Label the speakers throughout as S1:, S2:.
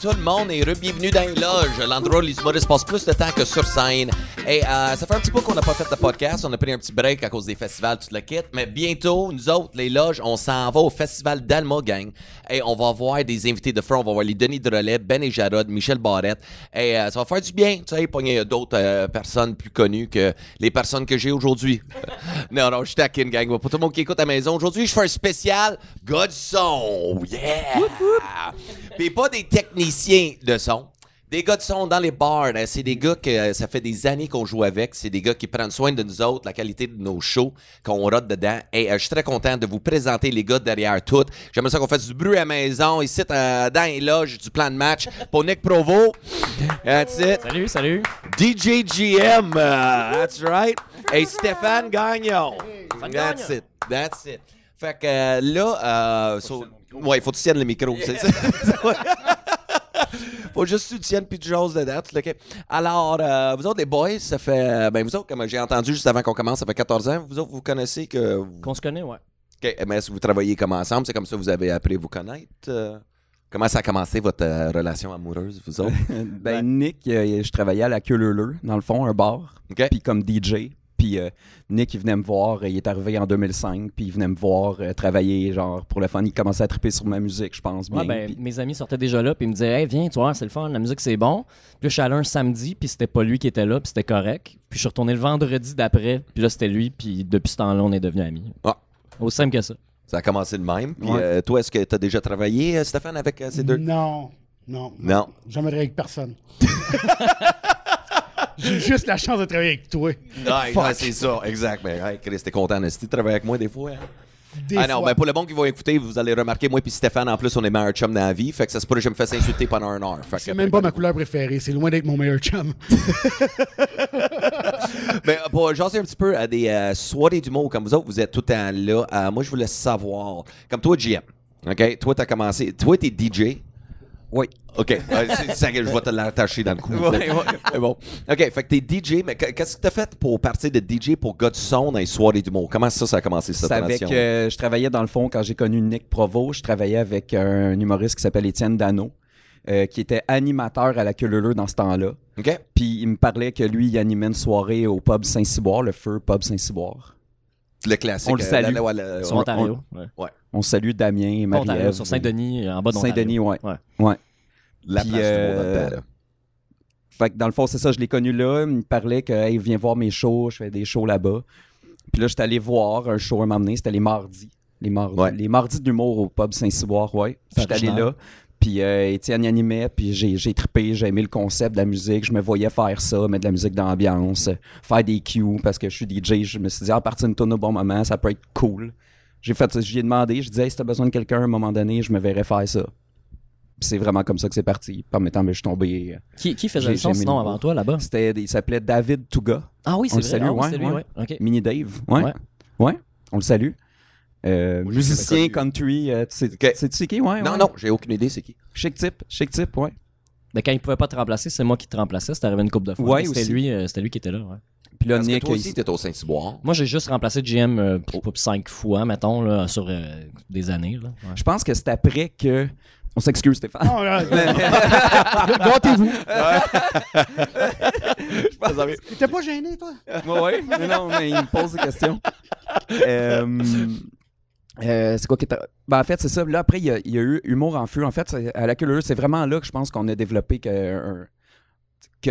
S1: tout le monde et bienvenue dans les loges, l'endroit où les humoristes passent plus de temps que sur scène. Et euh, ça fait un petit peu qu'on n'a pas fait de podcast, on a pris un petit break à cause des festivals, tout le kit. Mais bientôt, nous autres, les loges, on s'en va au festival d'Alma Gang et on va voir des invités de feu. On va voir les Denis Drolet, Ben et Jarod, Michel Barrette. Et euh, ça va faire du bien, tu sais, pogner d'autres euh, personnes plus connues que les personnes que j'ai aujourd'hui. non, non, je suis taquine, gang. Pour tout le monde qui écoute à la maison, aujourd'hui, je fais un spécial God Son. Yeah! Puis pas des techniciens de son. Des gars de son dans les bars, là, c'est des gars que euh, ça fait des années qu'on joue avec. C'est des gars qui prennent soin de nous autres, la qualité de nos shows, qu'on rote dedans. Et euh, je suis très content de vous présenter les gars derrière tout. J'aimerais ça qu'on fasse du bruit à la maison, ici, euh, dans les loges du plan de match. Pour Nick Provo, that's it.
S2: Salut, salut.
S1: DJ GM, uh, that's right. Et Stéphane Gagnon. That's it, that's it. Fait que euh, là, euh, so- ouais, faut que tu tiennes le micro. c'est ça. faut juste que tu tiennes puis tu jases dedans. tout le kit. Alors, euh, vous autres, les boys, ça fait. Ben, vous autres, comme j'ai entendu juste avant qu'on commence, ça fait 14 ans. Vous autres, vous connaissez que. vous-
S2: Qu'on se connaît, ouais.
S1: Ok, Mais est-ce que vous travaillez comme ensemble? C'est comme ça que vous avez appris à vous connaître? euh? Comment ça a commencé votre euh, relation amoureuse, vous autres?
S3: Ben, Nick, euh, je travaillais à la Queue Leu Leu, dans le fond, un bar,
S1: OK?
S3: puis comme DJ. Puis euh, Nick, il venait me voir, euh, il est arrivé en 2005, puis il venait me voir euh, travailler, genre, pour le fun. Il commençait à triper sur ma musique, je pense.
S2: Moi,
S3: bien,
S2: ben,
S3: puis-
S2: mes amis sortaient déjà là, puis ils me disaient, hey, viens, tu vois, c'est le fun, la musique, c'est bon. Puis là, je suis allé un samedi, puis c'était pas lui qui était là, puis c'était correct. Puis je suis retourné le vendredi d'après, puis là, c'était lui, puis depuis ce temps-là, on est devenus amis.
S1: Ah.
S2: Aussi simple que ça.
S1: Ça a commencé de même. Puis
S3: Ouais.
S1: euh, toi, est-ce que tu as déjà travaillé, euh, Stéphane, avec euh, ces deux?
S4: Non, non.
S1: Non.
S4: Jamais avec personne. J'ai juste la chance de travailler avec toi.
S1: Ouais, ouais, c'est ça, exact. Mais hey, Chris, t'es content, Nasty, de travailler avec moi des fois. hein?
S4: Des
S1: ah non,
S4: fois.
S1: ben pour le monde qui va écouter, vous allez remarquer, moi et Stéphane, en plus, on est meilleurs chums dans la vie. Fait que ça se pourrait que je me fasse insulter pendant une heure. Fait que-
S4: c'est même pas ma couleur préférée. C'est loin d'être mon meilleur chum.
S1: Ben, pour jaser un petit peu à des euh, soirées du mot comme vous autres, vous êtes tout le temps là. Euh, moi, je voulais savoir, comme toi, GM, OK? Toi, t'as commencé, toi, t'es DJ.
S3: Oui.
S1: OK, euh, c'est ça que je vais te l'attacher dans le cou. Mais bon. OK, fait que t'es DJ, mais que- qu'est-ce que t'as fait pour partir de DJ pour gars du son dans les soirées du mot? Comment ça, ça a commencé, cette
S3: C'est avec,
S1: relation?
S3: euh, je travaillais dans le fond quand j'ai connu Nick Provo. Je travaillais avec un humoriste qui s'appelle Étienne Dano, euh, qui était animateur à la Queue Leu Leu dans ce temps-là.
S1: OK?
S3: Puis il me parlait que lui, il animait une soirée au pub Saint-Cyboire, le feu pub Saint-Cyboire.
S1: Le classique.
S3: On le
S1: euh,
S3: salue.
S1: la- la- la-
S2: Sur
S3: on-
S2: Ontario. ouais.
S3: On salue Damien et
S2: Ontario,
S3: Marie-Ève.
S2: sur Saint-Denis, en bas de
S3: Saint-Denis, ouais.
S2: Ouais.
S1: la place
S3: Puis,
S1: du monde
S3: euh,
S1: là-dedans, là.
S3: Fait que dans le fond, c'est ça, je l'ai connu là. Il me parlait que, hey, viens voir mes shows, je fais des shows là-bas. Puis là, j'étais allé voir un show un moment donné, c'était les mardis. Les mardis,
S1: Ouais.
S3: les mardis d'humour au pub Saint-Cyboire, ouais. Puis J'étais allé
S2: original.
S3: là. Puis euh, Étienne y animait, puis j'ai, j'ai trippé, j'ai aimé le concept de la musique. Je me voyais faire ça, mettre de la musique d'ambiance, faire des cues, parce que je suis DJ. Je me suis dit, ah, partir une tourne au bon moment, ça peut être cool. J'ai fait ça, j'y ai demandé, je disais, hey, si t'as besoin de quelqu'un à un moment donné, je me verrais faire ça. Puis c'est vraiment comme ça que c'est parti. Par mes temps, ben, je suis tombé. euh,
S2: Qui, qui faisait
S3: J'ai-
S2: le son
S3: j'ai mis
S2: sinon
S3: le mot.
S2: avant toi là-bas?
S3: Ah. c'était, il s'appelait David Touga,
S2: Ah oui,
S3: On
S2: c'est
S3: le
S2: vrai.
S3: salue,
S2: ah oui,
S3: ouais,
S2: c'est lui,
S3: ouais.
S2: ouais. OK.
S3: Mini Dave. Ouais.
S2: Ouais.
S3: ouais. on le salue. Euh,
S1: Moi, je l'ai
S3: musicien,
S1: connu.
S3: country, euh, tu sais,
S1: Ok.
S3: tu sais qui, ouais,
S1: Non,
S3: ouais.
S1: non, j'ai aucune idée, c'est qui.
S3: Chic type, chic type, ouais.
S2: Ben, quand il pouvait pas te remplacer, c'est moi qui te remplaçais. C'était arrivé une coupe de fois.
S3: Ouais,
S2: mais c'était
S3: aussi.
S2: lui, euh, c'était lui qui était là. ouais.
S3: Puis là,
S1: Parce que
S3: Nick,
S1: toi
S3: il-
S1: aussi, t'es au Saint-Cyboire.
S2: Moi, j'ai juste remplacé GM euh, pour, pour cinq fois, mettons, là, sur euh, des années. Là.
S3: je pense que c'est après que. On s'excuse, Stéphane.
S4: Non, là, là,
S1: Ah,
S3: Gâtez-vous.
S4: T'es pas gêné, toi?
S3: ouais, ouais. Mais non, mais il me pose des questions. Euh, euh, c'est quoi qui t'a- Ben, en fait, c'est ça. Là, après, il y, a, il y a eu Humour en feu. En fait, c'est- à la Culeuse, c'est vraiment là que je pense qu'on a développé que, un- que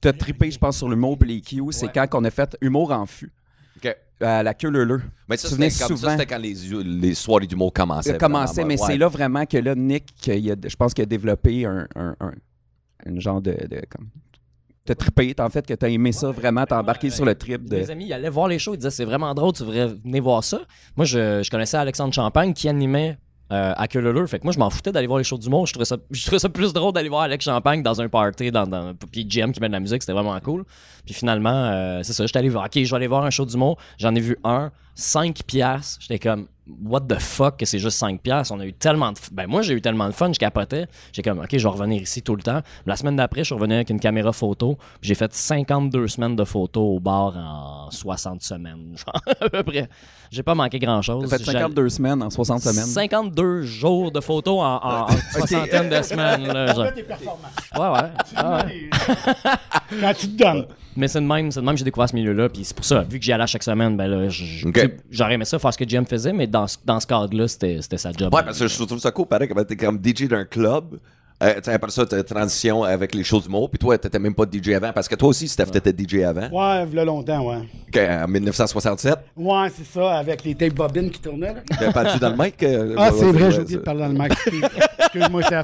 S3: t'as trippé, je pense, sur l'humour puis les Q. C'est
S2: Ouais.
S3: quand qu'on a fait Humour en feu.
S1: OK.
S3: À la queue leu
S1: Mais ça,
S3: Tu venais
S1: c'était comme ça,
S3: souvent.
S1: c'était quand les, les soirées du mot commençaient.
S3: Ça commençait,
S1: vraiment,
S3: mais
S1: ouais.
S3: c'est là vraiment que là, Nick, il a- je pense qu'il a développé un, un, un- une genre de. de comme, t'as trippé, t'as- en fait, que t'as aimé ça vraiment, t'as embarqué
S2: ouais,
S3: sur le trip de.
S2: Mes amis, ils allaient voir les shows, ils disaient c'est vraiment drôle, tu devrais venir voir ça. Moi, je, je connaissais Alexandre Champagne qui animait euh, à Queue Leu Leu. Fait que moi, je m'en foutais d'aller voir les shows du monde. Je trouvais ça, je trouvais ça plus drôle d'aller voir Alex Champagne dans un party, dans, dans, puis GM qui met de la musique, c'était vraiment cool. Puis finalement, euh, c'est ça, j'étais allé voir, ok, je vais aller voir un show du monde. J'en ai vu un, 5 piastres. J'étais comme, what the fuck que c'est juste 5 pièces on a eu tellement de f- ben moi j'ai eu tellement de fun je capotais j'ai comme ok je vais revenir ici tout le temps la semaine d'après je suis revenu avec une caméra photo puis j'ai fait 52 semaines de photos au bar en 60 semaines genre à peu près j'ai pas manqué grand chose
S3: T'as fait 52 semaines en 60 semaines.
S2: 52 jours de photos en, en, en une soixantaine de semaines là, genre.
S4: Fais tes performances.
S2: ouais ouais Ah ouais.
S4: Quand tu te donnes.
S2: Mais c'est de même, c'est de même que j'ai découvert ce milieu-là. Puis c'est pour ça, vu que j'y allais chaque semaine, ben là, je- je-
S1: Ok.
S2: tu sais, j'aurais aimé ça faire ce que Jim faisait, mais dans, ce- dans ce cadre-là, c'était c'était sa job.
S1: Ouais, parce que je trouve ça cool, pareil, comme t'es comme DJ d'un club. Euh, tu sais, après ça, t'as transition avec les shows du mot. Puis toi, t'étais même pas DJ avant. Parce que toi aussi, Steph, t'étais DJ avant.
S4: Ouais, v'là longtemps, ouais.
S1: Que- en 1967,
S4: Ouais, c'est ça, avec les tapes bobines qui tournaient. là.
S1: t'avais pas dit dans le mic. euh,
S4: Ah,
S1: Ben, ouais,
S4: c'est
S1: ouais,
S4: vrai,
S1: ouais,
S4: j'ai oublié de
S1: ça.
S4: parler dans le mic. Excuse-moi, ça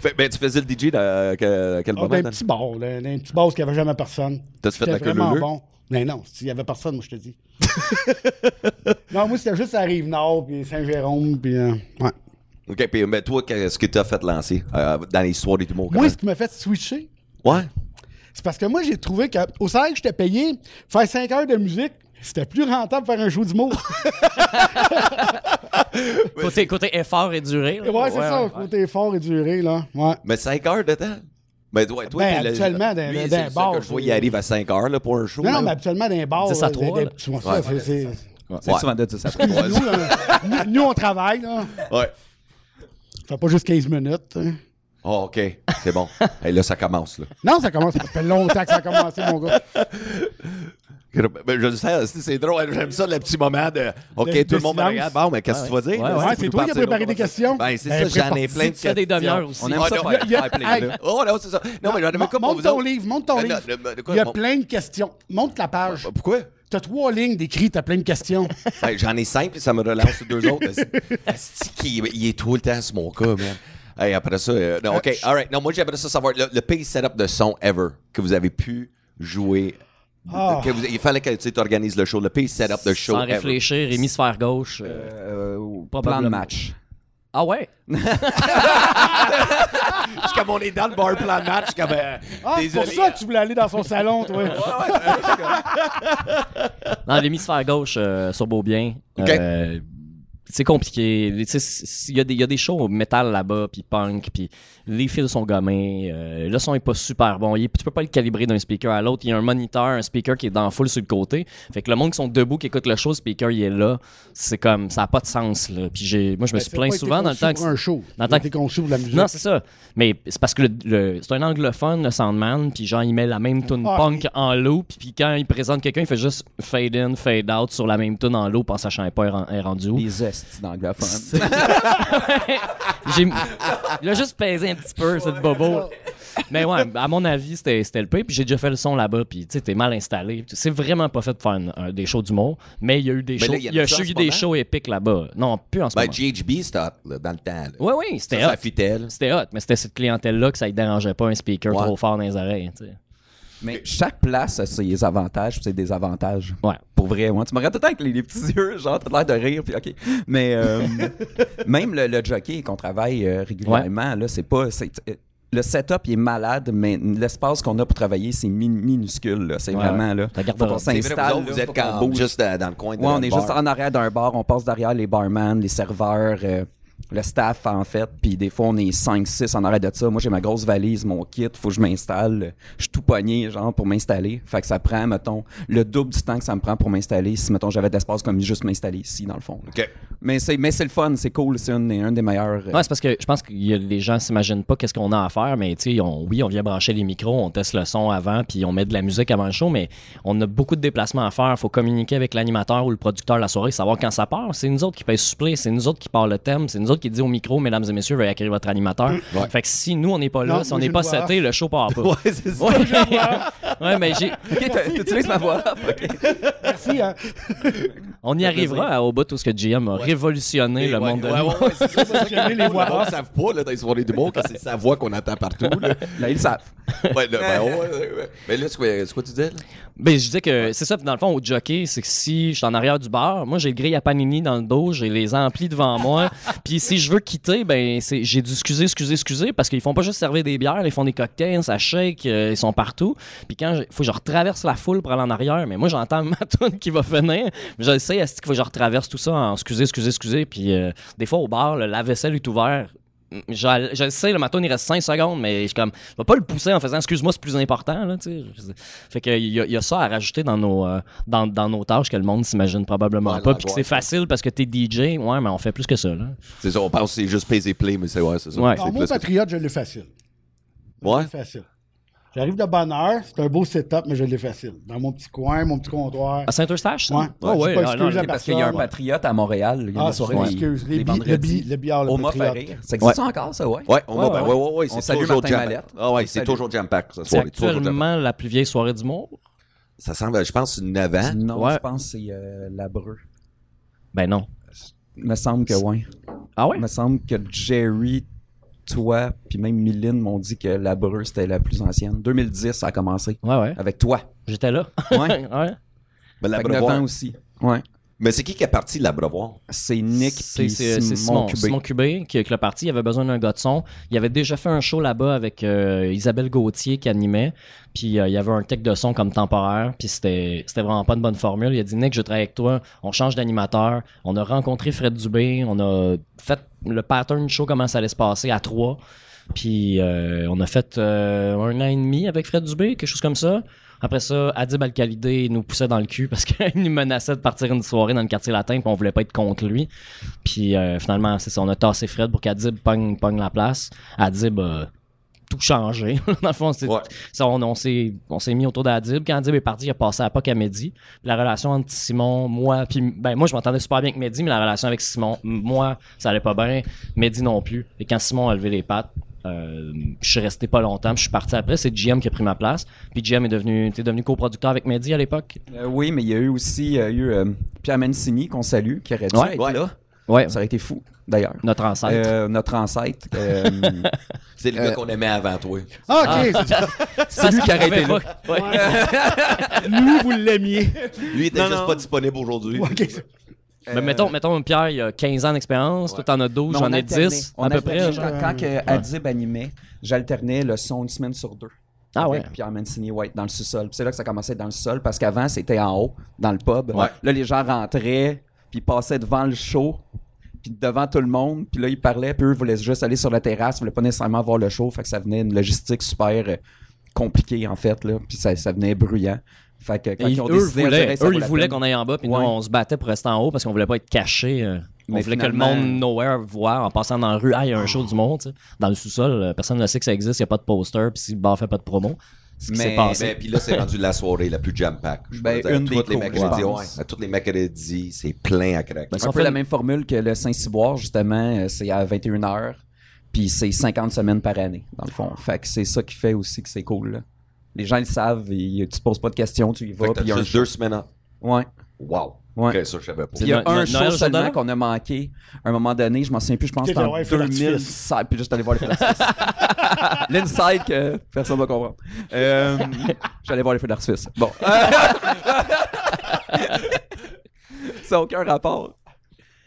S1: Fait- ben, tu faisais le DJ dans euh, que- quel
S4: Oh,
S1: moment?
S4: d'un
S1: dans-
S4: petit bar, là, d'un petit bar où il n'y avait jamais personne.
S1: T'as-tu fait
S4: C'était
S1: la queue
S4: vraiment
S1: leu-leu?
S4: bon. Mais non, s'il n'y avait personne, moi, je te dis. non, moi, c'était juste à Rive-Nord, puis Saint-Jérôme, puis... euh, ouais.
S1: OK, puis mais toi, qu'est-ce que t'as fait lancer euh, dans les soirées d'humour?
S4: Moi, ce qui m'a fait switcher,
S1: comment? Ouais.
S4: c'est parce que moi, j'ai trouvé qu'au salaire que j'étais payé, faire 5 heures de musique, c'était plus rentable faire un show d'humour.
S2: côté, côté effort et durée. là.
S4: ouais, c'est ça, côté fort et duré, là. Ouais.
S1: Mais 5 heures de temps? Ben, toi, toi,
S4: Ben,
S1: t'es le-
S4: habituellement, dans-
S1: lui,
S4: dans-
S1: c'est
S4: dans
S1: le seul que
S4: bar,
S1: je vois,
S4: c'est-
S1: il arrive à 5 heures là, pour un show.
S4: Non, non,
S1: là.
S4: mais habituellement, dans les bars...
S2: 10 à
S4: euh, des-
S2: 3,
S4: des-
S2: là.
S4: tu vois ça, c'est- c'est-
S3: C'est
S1: Ouais.
S3: souvent de dire ça.
S1: Ouais,
S4: Nous, là, nous- nous, on travaille, là.
S1: ouais.
S4: Ça fait pas juste 15 minutes. hein.
S1: Ah, OK. C'est bon. Et là, ça commence. Là.
S4: Non, ça commence. Ça fait longtemps que ça a commencé, mon gars.
S1: Ben, je le sais, c'est c'est drôle. J'aime ça, le petit moment de OK,
S4: De-
S1: tout
S4: de
S1: le monde me
S4: silence.
S1: regarde. Bon, mais qu'est-ce que tu vas dire?
S2: Ouais,
S1: Là,
S2: ouais,
S1: pour
S4: c'est
S1: nous
S4: toi qui as
S1: partir,
S4: préparé
S1: là,
S4: des
S1: comment ça-
S4: questions.
S1: Ben, c'est ça, j'en
S4: Ben,
S1: ai
S4: prépare-
S1: plein de
S2: Tu fais des demi-heures aussi.
S3: On aime
S1: Ah,
S3: ça
S1: non,
S3: faire
S1: il y a-
S3: faire plein, là.
S1: Oh, non, c'est ça. Non, mais j'en avais pas
S4: Mon-
S1: pour
S4: Ah, Monte
S1: vous
S4: ton
S1: autres.
S4: livre, monte ton
S1: Ben,
S4: livre.
S1: non, le- de quoi,
S4: Il y a
S1: mon- Ben,
S4: plein de questions. Monte la page.
S1: Pourquoi?
S4: T'as trois lignes d'écrit, t'as plein de questions.
S1: Ben, J'en ai cinq, puis ça me relance sur deux autres. Asti qui- il est tout le temps sur mon cas, man. Hey, après ça, euh, non, OK, all right. Non, moi, j'aimerais ça savoir le, le pire setup de son ever que vous avez pu jouer.
S4: Ah.
S1: Que vous- il fallait que tu organises le show, le pire setup de show
S2: Sans
S1: ever.
S2: réfléchir, hémisphère gauche. euh,
S3: Euh, plan de
S2: Probablement.
S3: match.
S2: Ah ouais?
S1: Je suis comme on est dans le bar plan de match, je suis comme, euh,
S4: Ah, c'est
S1: désolé.
S4: pour ça que tu voulais aller dans son salon, toi.
S2: Dans l'hémisphère gauche, euh, sur Beaubien.
S1: Ok.
S2: euh, c'est compliqué. Tu sais, c- c- Il y, a des- il y a des shows métal là-bas, puis punk, puis les fils sont gommés. euh, le son est pas super bon. Il, est- tu peux pas le calibrer d'un speaker à l'autre. Il y a un moniteur, un speaker qui est dans la foule sur le côté. Fait que le monde qui sont debout, qui écoute le show, le speaker, il est là. C'est comme, ça a pas de sens. Là. Puis j'ai, moi, je
S4: Ben,
S2: me suis plaint souvent dans le temps que
S4: Pour un show.
S2: dans le temps
S4: T'es
S2: que-
S4: conçu pour la musique.
S2: non, c'est ça. Mais c'est parce que le- le- c'est un anglophone, le Soundman, puis genre, il met la même tune
S4: Ah,
S2: punk en loop, puis quand il présente quelqu'un, il fait juste fade in, fade out sur la même tune en loop en sachant pas elle est rendu où.
S3: Les estes d'anglophones.
S2: J'ai- il a juste pesé un petit peu, cette bobo. Mais ouais, à mon avis, c'était c'était le pire, puis j'ai déjà fait le son là-bas, puis tu sais, t'es mal installé. C'est vraiment pas fait pour faire une- un- des shows d'humour, mais il y a eu des
S1: Mais
S2: shows,
S1: là, il y en
S2: il y a
S1: a-tu en
S2: eu
S1: ce
S2: des
S1: moment?
S2: shows épiques là-bas. Non, plus en ce
S1: Ben,
S2: moment.
S1: GHB, c'était hot, là, dans le temps. là.
S2: Oui, oui, c'était
S1: Ça, ça
S2: hot.
S1: fitait, là.
S2: C'était hot, mais c'était cette clientèle-là que ça ne dérangeait pas un speaker
S1: Ouais.
S2: trop fort dans les oreilles. tu sais.
S3: Mais chaque place a ses avantages pis ses désavantages.
S2: Ouais.
S3: Pour vrai, moi. Tu me regardes tout le temps avec les, les petits yeux, genre, t'as l'air de rire, puis OK. Mais euh, même le, le jockey qu'on travaille euh, régulièrement, là, c'est pas... c'est- euh, le setup, il est malade, mais l'espace qu'on a pour travailler, c'est mi- minuscule, là. C'est
S2: Ouais,
S3: vraiment,
S2: ouais.
S3: là...
S2: Ta garde-robe.
S3: Faut qu'on
S1: C'est vrai,
S3: s'installe,
S1: vous
S3: là,
S1: autres, vous
S3: faut
S1: êtes
S3: qu'on
S1: quand
S3: bouge.
S1: juste euh, dans le coin de
S3: Ouais, on
S1: notre
S3: est juste
S1: bar.
S3: en arrière d'un bar, on passe derrière les barman, les serveurs, euh, le staff en fait, puis des fois on est 5-6 en arrière de ça. Moi j'ai ma grosse valise, mon kit, faut que je m'installe. Je suis tout pogné genre pour m'installer. Fait que ça prend, mettons, le double du temps que ça me prend pour m'installer si, mettons, j'avais de l'espace comme juste m'installer ici dans le fond. là.
S1: OK.
S3: Mais c'est mais c'est le fun, c'est cool, c'est un, des- un des meilleurs. euh,
S2: Ouais, c'est parce que je pense que y a- les gens s'imaginent pas qu'est-ce qu'on a à faire, mais tu sais, on- oui, on vient brancher les micros, on teste le son avant, puis on met de la musique avant le show, mais on a beaucoup de déplacements à faire. faut communiquer avec l'animateur ou le producteur la soirée, savoir quand ça part. C'est nous autres qui payons supplé, c'est nous autres qui part le thème, c'est nous autres qui dit au micro, mesdames et messieurs, veuillez accueillir votre animateur. Fait que si nous, on n'est pas là,
S4: Non,
S2: si
S4: moi,
S2: on n'est
S4: j'ai
S2: pas
S4: une voix
S2: seté, le show part pas.
S1: Ouais, c'est ça.
S2: ouais, mais j'ai.
S3: Ok, t'as- t'utilises ma voix. Ok.
S4: Merci, hein.
S2: On y arrivera à- au bout de tout ce que GM a révolutionné le
S1: Ouais,
S2: monde de
S1: ouais, ouais, ouais, c'est ça, c'est ça que
S4: J'aimais les voix
S1: Le monde
S4: off.
S1: savent pas, là, dans les soirées d'humour, que c'est sa voix qu'on entend partout, là.
S3: Là ils le savent.
S1: Ouais, là, ben, ouais, ouais, ouais. Mais là, c'est quoi, c'est quoi tu dis, là?
S2: Ben, je disais que c'est ça, puis dans le fond, au jockey, c'est que si je suis en arrière du bar, moi j'ai le grille à panini dans le dos, j'ai les amplis devant moi, puis si je veux quitter, ben c'est- j'ai dû excuser, excuser, excuser parce qu'ils font pas juste servir des bières, ils font des cocktails, ça shake, euh, ils sont partout. Puis quand il faut que je retraverse la foule pour aller en arrière, mais moi j'entends ma tune qui va finir, je sais est-ce qu'il faut que je retraverse tout ça en excusez, excusez, excusez. Puis euh, des fois au bar, le lave-vaisselle est ouvert. Mm, Je, je le sais, le matin, il reste 5 secondes, mais je, suis comme, je vais pas le pousser en faisant excuse-moi, c'est plus important. Là, tu sais. Je- fait qu'il y, a- il y a ça à rajouter dans nos, euh, dans, dans nos tâches que le monde s'imagine probablement
S1: Ouais,
S2: pas. Puis que
S1: l'angoisse.
S2: c'est facile parce que t'es DJ, ouais, mais on fait plus que ça. Là.
S1: C'est ça, on pense que c'est juste paiser play, mais c'est ouais, c'est ça.
S2: Ouais.
S1: C'est
S4: Non, moi,
S1: plus-
S4: patriote, je l'ai facile.
S1: Ouais.
S4: Je l'ai facile. J'arrive de bonne heure, c'est un beau setup, mais je l'ai facile. Dans mon petit coin, mon petit comptoir.
S2: À Saint-Eustache? ça?
S4: Ouais.
S2: Ah
S4: Ouais,
S2: ouais,
S4: c'est pas
S2: non,
S4: excuse
S2: non,
S4: à
S3: Parce qu'il y a un
S4: personne.
S3: patriote à Montréal. Il y a
S4: Ah,
S3: une soirée.
S4: je m'excuse.
S3: des-
S4: Les
S3: des
S4: bi- le bi-
S3: vendredis.
S4: le billard, le
S3: Au Mât
S4: patriote.
S3: Ferré. Ça existe encore, ça, ouais?
S1: Ouais, on va.
S2: Ouais,
S1: ben,
S2: ouais.
S1: ouais, ouais, ouais,
S3: On
S1: c'est
S3: salue
S1: toujours
S3: Martin
S1: jam
S3: Mallette.
S1: Ah ouais,
S3: On
S1: c'est
S3: salue.
S1: toujours jam pack, ça
S2: c'est
S1: soirée. toujours jam-pack.
S2: actuellement la plus vieille soirée du monde.
S1: Ça semble, je pense, une 9 ans.
S3: Non,
S2: Ouais.
S3: je pense que c'est euh, Labreux.
S2: Ben non.
S3: Me semble que oui.
S2: Ah ouais?
S3: Me semble que Jerry, toi, puis même Mylène m'ont dit que Labreux, c'était la plus ancienne. 2010, ça a commencé.
S2: Ouais, ouais.
S3: Avec toi.
S2: J'étais là.
S3: Ouais.
S2: ouais.
S1: Mais
S3: Fait que 9
S1: l'abreuvoir.
S3: ans aussi. Ouais.
S1: Mais c'est qui qui est parti l'abreuvoir?
S3: C'est Nick
S2: C'est
S3: puis
S2: c'est- c'est
S3: Simon
S2: Simon,
S3: Cubé.
S2: Simon Cubé qui, qui l'a parti. Il avait besoin d'un gars de son. Il avait déjà fait un show là-bas avec euh, Isabelle Gauthier qui animait. Puis euh, il y avait un tech de son comme temporaire. Puis c'était c'était vraiment pas une bonne formule. Il a dit Nick, je travaille avec toi. On change d'animateur. On a rencontré Fred Dubé. On a fait le pattern show, comment ça allait se passer à trois. Puis euh, on a fait euh, un an et demi avec Fred Dubé, quelque chose comme ça. Après ça, Adib Al-Khalidé nous poussait dans le cul parce qu'il nous menaçait de partir une soirée dans le quartier latin puis on voulait pas être contre lui. Puis euh, finalement, c'est ça, on a tassé Fred pour qu'Adib pogne, pogne la place. Adib a tout changé. dans le fond, c'est-
S1: Ouais.
S2: ça, on, on s'est on s'est mis autour d'Adib. Quand Adib est parti, il a passé à Poc à Mehdi. Puis La relation entre Simon, moi, puis ben moi je m'entendais super bien avec Mehdi, mais la relation avec Simon, m- moi, ça allait pas bien. Mehdi non plus. Et quand Simon a levé les pattes, euh, je suis resté pas longtemps, puis je suis parti après. C'est GM qui a pris ma place. Puis GM est devenu, t'es devenu coproducteur avec Mehdi à l'époque.
S3: Euh, oui, mais il y a eu aussi il y a eu, euh, Pierre Mancini, qu'on salue, qui aurait dû
S2: Ouais.
S3: être
S1: Ouais.
S3: là.
S2: Ouais,
S3: Ça aurait été fou, d'ailleurs.
S2: notre ancêtre.
S3: Euh, notre ancêtre. euh,
S1: C'est le gars qu'on aimait avant toi.
S4: Ah, ok. c'est-
S2: c'est lui
S3: qui a arrêté là.
S4: Nous, vous l'aimiez.
S1: Lui, il était juste pas disponible aujourd'hui.
S4: Ok, c'est-
S2: Mais mettons, mettons, Pierre, il a 15 ans d'expérience, toi t'en as 12,
S3: mais on
S2: j'en ai
S3: alternait.
S2: 10,
S3: On
S2: à peu
S3: alternait.
S2: près. genre.
S3: Quand, quand que Adib animait, j'alternais le son une semaine sur deux.
S2: Ah
S3: Avec
S2: ouais.
S3: Pierre Mancini, ouais, dans le sous-sol. Puis C'est là que ça commençait à être dans le sol parce qu'avant, c'était en haut, dans le pub.
S1: Ouais.
S3: Là, les gens rentraient, puis passaient devant le show, puis devant tout le monde, puis là, ils parlaient, puis eux voulaient juste aller sur la terrasse, ils voulaient pas nécessairement voir le show, fait que ça venait une logistique super euh, compliquée, en fait, là, puis ça, ça venait bruyant. Fait que quand
S2: Et
S3: ils ont
S2: eux
S3: décidé, on dirait,
S2: voulaient,
S3: ça
S2: eux,
S3: vaut
S2: ils
S3: la
S2: voulaient
S3: peine.
S2: qu'on aille en bas, puis
S3: Ouais.
S2: nous, on se battait pour rester en haut parce qu'on voulait pas être caché. on
S3: Mais
S2: voulait que
S3: finalement-
S2: le monde nowhere voit en passant dans la rue, ah, il y a un show du monde, tu sais. dans le sous-sol, euh, personne ne sait que ça existe, il n'y a pas de poster, puis si le bar fait pas de promo, c'est ce qui
S3: Mais-
S2: s'est passé.
S1: Ben, puis là, c'est rendu la soirée la plus jam-pack. je
S3: Ben,
S1: peux dire.
S3: une des
S1: toutes les
S3: cool,
S1: mercredis,
S3: je
S1: ouais.
S3: pense.
S1: À toutes les mercredis, c'est plein à craquer.
S2: Ben,
S3: un
S2: en
S3: peu
S2: fait-
S3: la même formule que le Saint-Cyboire, justement, euh, c'est à 21h, puis c'est 50 semaines par année, dans le fond. Fait que c'est ça qui fait aussi que c'est cool. là. Les gens le savent, ils, tu te poses pas de questions, tu y vas,
S1: Fait que
S3: puis il y a
S1: t'as
S3: un
S1: juste deux semaines en.
S3: Ouais.
S1: Wow.
S3: Ouais.
S1: Ok, ça, je savais pas.
S3: Puis il y a
S2: No-
S3: un
S2: No-
S3: show
S2: Noël
S3: seulement
S2: Jourdain?
S3: qu'on a manqué à un moment donné, je m'en souviens plus, je pense que
S4: T'étais ouais,
S3: c'était en
S4: feu d'artifice.
S3: 2005, puis juste allé voir les feux d'artifice. L'inside que personne va comprendre. Euh, J'allais voir les feux d'artifice. Bon. Ça n'a aucun rapport.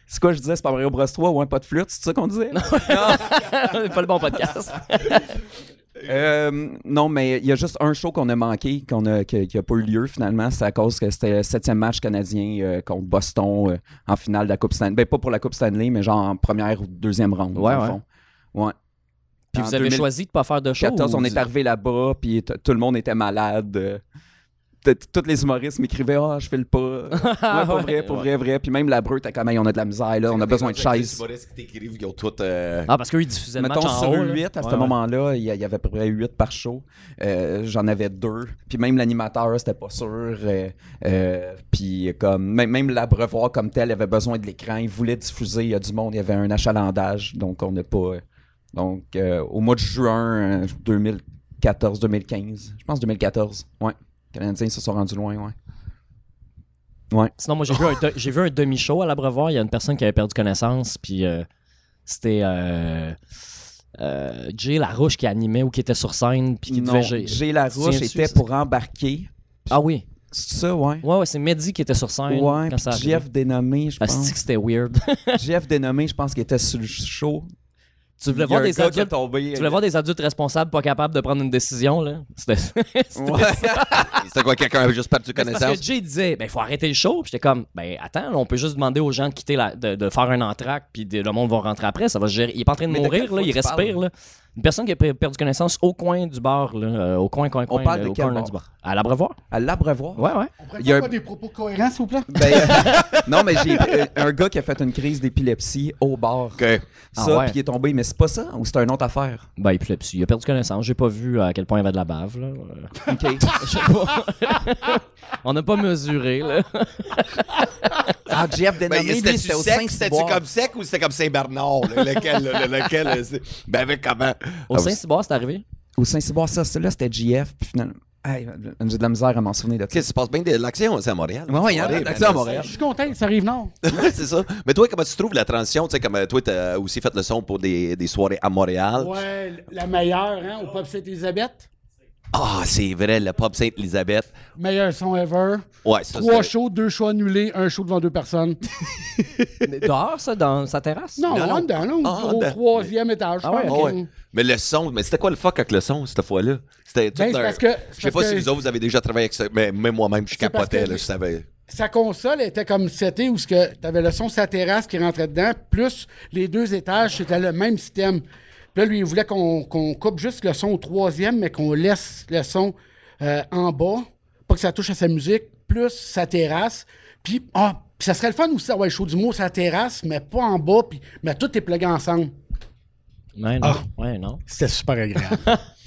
S3: C'est quoi je disais, c'est pas Mario Bros 3 ou un pas de flûte, c'est ça qu'on disait?
S2: pas le bon podcast.
S3: Euh, non, mais il y a juste un show qu'on a manqué, qu'on a, que- qui n'a pas eu lieu finalement. C'est à cause que c'était le septième match canadien euh, contre Boston euh, en finale de la Coupe Stanley. Ben, pas pour la Coupe Stanley, mais genre en première ou deuxième ronde.
S2: Ouais,
S3: dans le
S2: ouais.
S3: fond. ouais.
S2: Puis
S3: En
S2: vous avez
S3: 2014,
S2: choisi de pas faire de show. ou
S3: on
S2: vous-
S3: est arrivé là-bas, puis t- tout le monde était malade. euh, t- t- Tous les humoristes m'écrivaient Ah, je fais le pas. Ouais, pour vrai, pour vrai, vrai. Puis même la breu, t'as quand même, on a de la misère, là, on a besoin de
S1: Les
S3: chaises.
S1: humoristes qui t'écrivent, ils ont toutes. euh,
S2: Ah, parce qu'eux, ils diffusaient le match
S3: Mettons
S2: en
S3: sur
S2: haut. là.
S3: 8, à
S2: Ouais,
S3: ce
S2: ouais.
S3: moment-là, il y, a- il y avait à peu près 8 par show. Euh, J'en avais deux. Puis même l'animateur, c'était pas sûr. Euh, euh, puis comme même, même l'abreuvoir comme tel avait besoin de l'écran. Il voulait diffuser. Il y a du monde. Il y avait un achalandage. Donc on n'a pas. euh, donc euh, au mois de juin euh, 2014-2015, je pense 2014, ouais. Les Canadiens se sont rendus loin, ouais.
S2: Sinon, moi, j'ai vu un, de- j'ai vu un demi-show à l'abreuvoir. Il y a une personne qui avait perdu connaissance, puis euh, c'était euh, euh, Jay Larouche qui animait ou qui était sur scène, puis qui
S3: Non,
S2: devait gérer.
S3: Gilles Larouche
S2: Tiens-tu,
S3: était
S2: ça?
S3: pour embarquer
S2: Ah oui.
S3: C'est ça, ouais.
S2: Ouais, ouais, c'est Mehdi qui était sur scène
S3: Ouais,
S2: quand ça
S3: puis
S2: a
S3: Jeff Dénommé, je pense.
S2: que c'était weird.
S3: Jeff Dénommé, je pense qu'il était sur le show.
S2: tu voulais
S3: Il y a
S2: voir
S3: un
S2: des
S3: gars qui est
S2: adultes.
S3: tombé. euh,
S2: Tu voulais voir des adultes responsables pas capables de prendre une décision, là? C'était. c'était-
S3: Ouais.
S1: C'était quoi, quelqu'un avait juste perdu
S2: Mais c'est Parce
S1: connaissance?
S2: que Jay disait, ben, faut arrêter le show. Puis j'étais comme, ben, attends, là, on peut juste demander aux gens de quitter la, de, de faire un entracte, puis de- le monde va rentrer après. Ça va se gérer. Il est pas en train de
S3: Mais de quelle
S2: mourir,
S3: fois
S2: là, il
S3: tu
S2: respire,
S3: parles?
S2: là. Une personne qui a per- perdu connaissance au coin du bar, là, euh, au coin, coin,
S3: On
S2: coin.
S3: parle
S2: là,
S3: de
S2: au
S3: quel
S2: coin, là,
S3: bar?
S2: du À l'abreuvoir.
S3: À l'Abreuvoir.
S2: Ouais, ouais.
S4: On pourrait
S3: Il y a
S4: faire
S3: un-
S4: pas des propos cohérents, s'il vous plaît?
S3: Ben, euh, non, mais j'ai euh, un gars qui a fait une crise d'épilepsie au bar.
S1: Ok.
S3: Ça,
S2: Ah ouais.
S3: puis il est tombé. Mais c'est pas ça ou c'est une autre affaire?
S2: Ben, épilepsie. Il a perdu connaissance. J'ai pas vu à quel point il y avait de la bave, là. Euh,
S3: OK.
S2: je sais pas. on n'a pas mesuré, là.
S3: Ah, Jeff
S1: Ben,
S3: Dénommé, lui,
S1: c'était-tu
S3: c'était au
S1: sec? C'était-tu
S3: Saint-Cyboire.
S1: comme sec ou c'était comme Saint-Bernard? là? Lequel? là, le- lequel? là, c'est- ben, avec comment?
S2: Au
S1: Ah,
S2: Saint-Cyboire, c'est arrivé.
S3: Au Saint-Cyboire, ça, ça, là, c'était JF. Puis finalement, hey, j'ai de la misère à m'en souvenir de ça.
S1: Ok, ça se passe bien de l'action aussi à Montréal.
S3: Ouais, ouais, il y a de
S1: Ouais,
S3: l'action à
S1: ben,
S3: Montréal.
S4: Je suis content, ça arrive non.
S1: Ouais, c'est ça. Mais toi, comment tu trouves la transition? Tu sais, comme euh, toi, t'as aussi fait le son pour des, des soirées à Montréal.
S4: Ouais, la meilleure, hein, au Pop Sainte-Élisabeth.
S1: Ah, c'est vrai, le pub Sainte-Élisabeth.
S4: Meilleur son ever.
S1: Ouais, Oh, ça,
S4: Trois
S1: c'était-
S4: shows, deux shows annulés, un show devant deux personnes.
S2: Dehors, ça, dans sa terrasse?
S4: Non,
S1: Non, non.
S4: en dedans, là, au-
S1: Ah, en
S4: au
S1: dedans.
S4: troisième étage.
S2: Ah ouais,
S4: je
S1: Ah
S4: pense.
S1: ouais. Mais le son, mais c'était quoi le fuck avec le son cette fois-là? C'était tout
S4: Ben, c'est
S1: un-
S4: parce que-
S1: Je
S4: c'est
S1: sais pas
S4: parce
S1: si
S4: que-
S1: vous autres, vous avez déjà travaillé avec ça, mais même moi-même, je
S4: C'est parce
S1: capotais,
S4: que-
S1: là, je savais.
S4: Sa console était comme c'était où ce que t'avais le son de sa terrasse qui rentrait dedans, plus les deux étages, c'était le même système. Puis là, lui, il voulait qu'on qu'on coupe juste le son au troisième, mais qu'on laisse le son euh, en bas, pas que ça touche à sa musique, plus sa terrasse. Puis, ah, puis ça serait le fun aussi d'avoir le show du mot sa terrasse, mais pas en bas, puis, mais tout est plugué ensemble.
S2: Ouais, non.
S3: Ah.
S2: Ouais, non.
S4: C'était super agréable.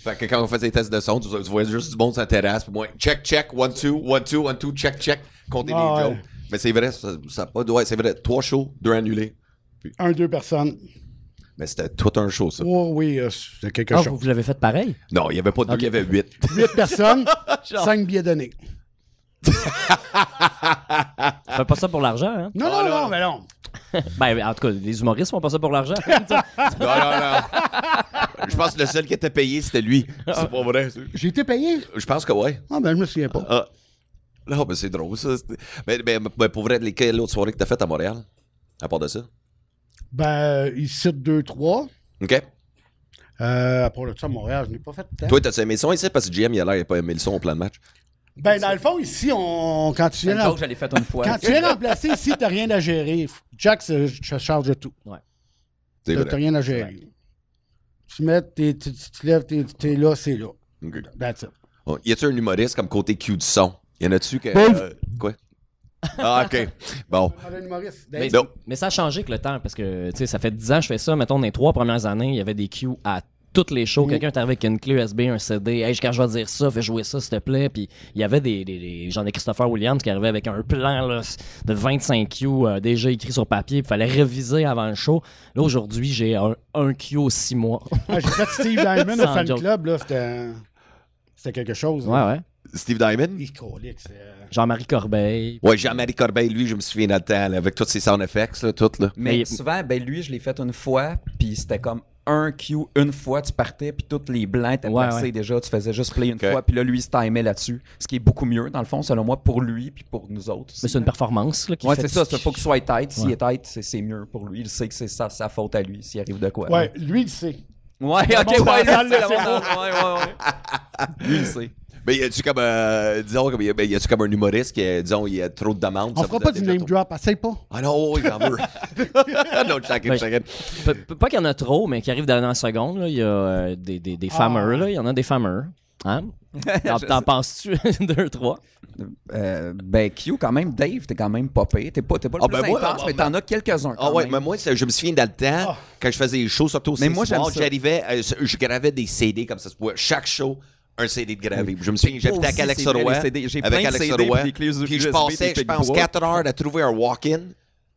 S1: Fait que quand on faisait les tests de son, tu, tu voyais juste du monde sur la terrasse, puis moi, check, check, one, two, one, two, one, two, check, check, compter les
S4: Ah,
S1: jokes.
S4: ouais.
S1: Mais c'est vrai, ça, ça a pas de- ouais, c'est vrai, trois shows, deux annulés.
S4: un, deux personnes.
S1: Mais c'était tout un show, ça.
S4: Oh oui, euh, c'est quelque
S2: Ah,
S4: chose.
S2: vous, vous l'avez fait pareil?
S1: Non, il y avait pas deux, il y avait huit.
S4: Huit personnes, cinq billets donnés.
S2: Fais pas ça pour l'argent, hein?
S4: Non, non, non, mais non.
S2: Ben, en tout cas, les humoristes font pas ça pour l'argent.
S1: non, non, non. Je pense que le seul qui était payé, c'était lui.
S4: Ah.
S1: C'est pas vrai. ça.
S4: J'ai été payé.
S1: Je pense que ouais.
S4: Ah, ben, je me souviens pas.
S1: Ah. Non, mais c'est drôle, ça. C'était- Mais, mais- mais pour vrai, les- quelle autre soirée que t'as faite à Montréal? À part de ça?
S4: Ben, il cite deux, trois.
S1: OK.
S4: Euh, pour le ça, à Montréal, je n'ai pas fait de temps.
S1: Toi, t'as aimé le son ici? Parce que GM, il a l'air, il a pas aimé le son au plan de match.
S4: Ben, dans le fond, ici, on, quand tu viens,
S3: Une joke,
S4: rem-
S3: je l'ai faite une fois.
S4: quand tu viens remplacer, ici, t'as rien à gérer. Jack se, se charge de tout.
S1: C'est
S4: T'as t'as
S1: vrai.
S4: rien à gérer. Tu mets, tes- tu tu te lèves, t'es t'es là, c'est là.
S1: OK.
S4: That's it.
S1: Oh, Y a-tu un humoriste comme côté Q du son? Y en a-tu que.
S4: Dave.
S1: euh, quoi? Ah, ok. Bon.
S2: Mais,
S1: Non.
S2: mais ça a changé avec le temps parce que tu sais, ça fait 10 ans que je fais ça. Mettons, dans les trois premières années, il y avait des queues à toutes les shows. Quelqu'un est arrivé avec une clé USB, un CD. Hey, quand je vais dire ça, fais jouer ça, s'il te plaît. Puis il y avait des, des, des gens de Christopher Williams qui arrivaient avec un plan là, de 25 queues euh, déjà écrit sur papier. Il fallait réviser avant le show. Là, aujourd'hui, j'ai un, un queue aux 6 mois.
S4: Ah, J'ai fait Steve Diamond
S2: Sans
S4: au fan
S2: joke.
S4: club, là. C'était c'était quelque chose.
S2: ouais, ouais.
S1: Steve Diamond?
S4: Iconique, c'est. euh,
S2: Jean-Marie Corbeil.
S1: Ouais, Jean-Marie Corbeil, lui, je me souviens dans le temps, là, avec tous ses sound effects, là, tout, là.
S3: Mais
S2: Mais-
S3: souvent, ben lui, je l'ai fait une fois, puis c'était comme un cue, une fois, tu partais, puis toutes les blancs étaient
S2: Ouais,
S3: placés
S2: ouais.
S3: déjà, tu faisais juste play une
S1: Ok.
S3: fois, puis là, lui, il se timait là-dessus. Ce qui est beaucoup mieux, dans le fond, selon moi, pour lui, puis pour nous autres. aussi.
S2: Mais c'est une performance. Là, qui
S3: Ouais,
S2: fait-
S3: c'est ça, il faut que ce soit tête. S'il
S2: Ouais.
S3: est tête, c'est- c'est mieux pour lui. Il sait que c'est sa, sa faute à lui, s'il arrive de quoi.
S4: Ouais, lui, il sait.
S3: Ouais, ok,
S4: Le monde
S3: ouais,
S4: dans
S3: lui,
S4: le
S3: c'est le
S4: cerveau.
S3: monde. Ouais, ouais, ouais. Lui, il sait.
S1: Mais y a-tu comme, euh, disons, comme, ben, y a-tu comme un humoriste qui, euh, disons, il y a trop de demandes?
S4: On
S1: ça
S4: fera
S1: vous a
S4: pas du
S1: déjà
S4: name
S1: trop-
S4: drop, essaye pas.
S1: Ah non, oui, j'en veux. non, chacun,
S2: Ben,
S1: chacun.
S2: Pe- pe- Pas qu'il y en a trop, mais qui arrivent dans la seconde. là, Il y a euh, des, des, des fameux. là, Il y en a des fameux. Hein? T'en- T'en penses-tu? Deux, trois.
S3: Euh, ben, Q, quand même, Dave, t'es quand même pas payé. T'es pas, t'es pas le
S1: Ah,
S3: plus
S1: ben, moi,
S3: intense,
S1: ah,
S3: mais
S1: ben-
S3: t'en as quelques-uns.
S1: Ah
S3: quand
S1: ouais,
S3: même. Ah.
S1: mais moi, c'est- je me souviens dans le temps, quand je faisais les shows, surtout au
S3: Mais moi,
S1: Saint-Simon,
S3: j'aime ça.
S1: j'arrivais, euh, je gravais des CD comme ça se pouvait. Chaque show, un CD de gravé. Je me souviens, j'habitais
S3: Moi
S1: avec
S3: aussi,
S1: Alex
S3: c'est vrai,
S1: Roy.
S3: les CD. J'ai plein
S1: Avec
S3: de
S1: Alex
S3: CD,
S1: Roy.
S3: puis des clés USB,
S1: Puis je
S3: des
S1: passais, je
S3: pipes de
S1: pense,
S3: bois.
S1: 4 heures à trouver un walk-in.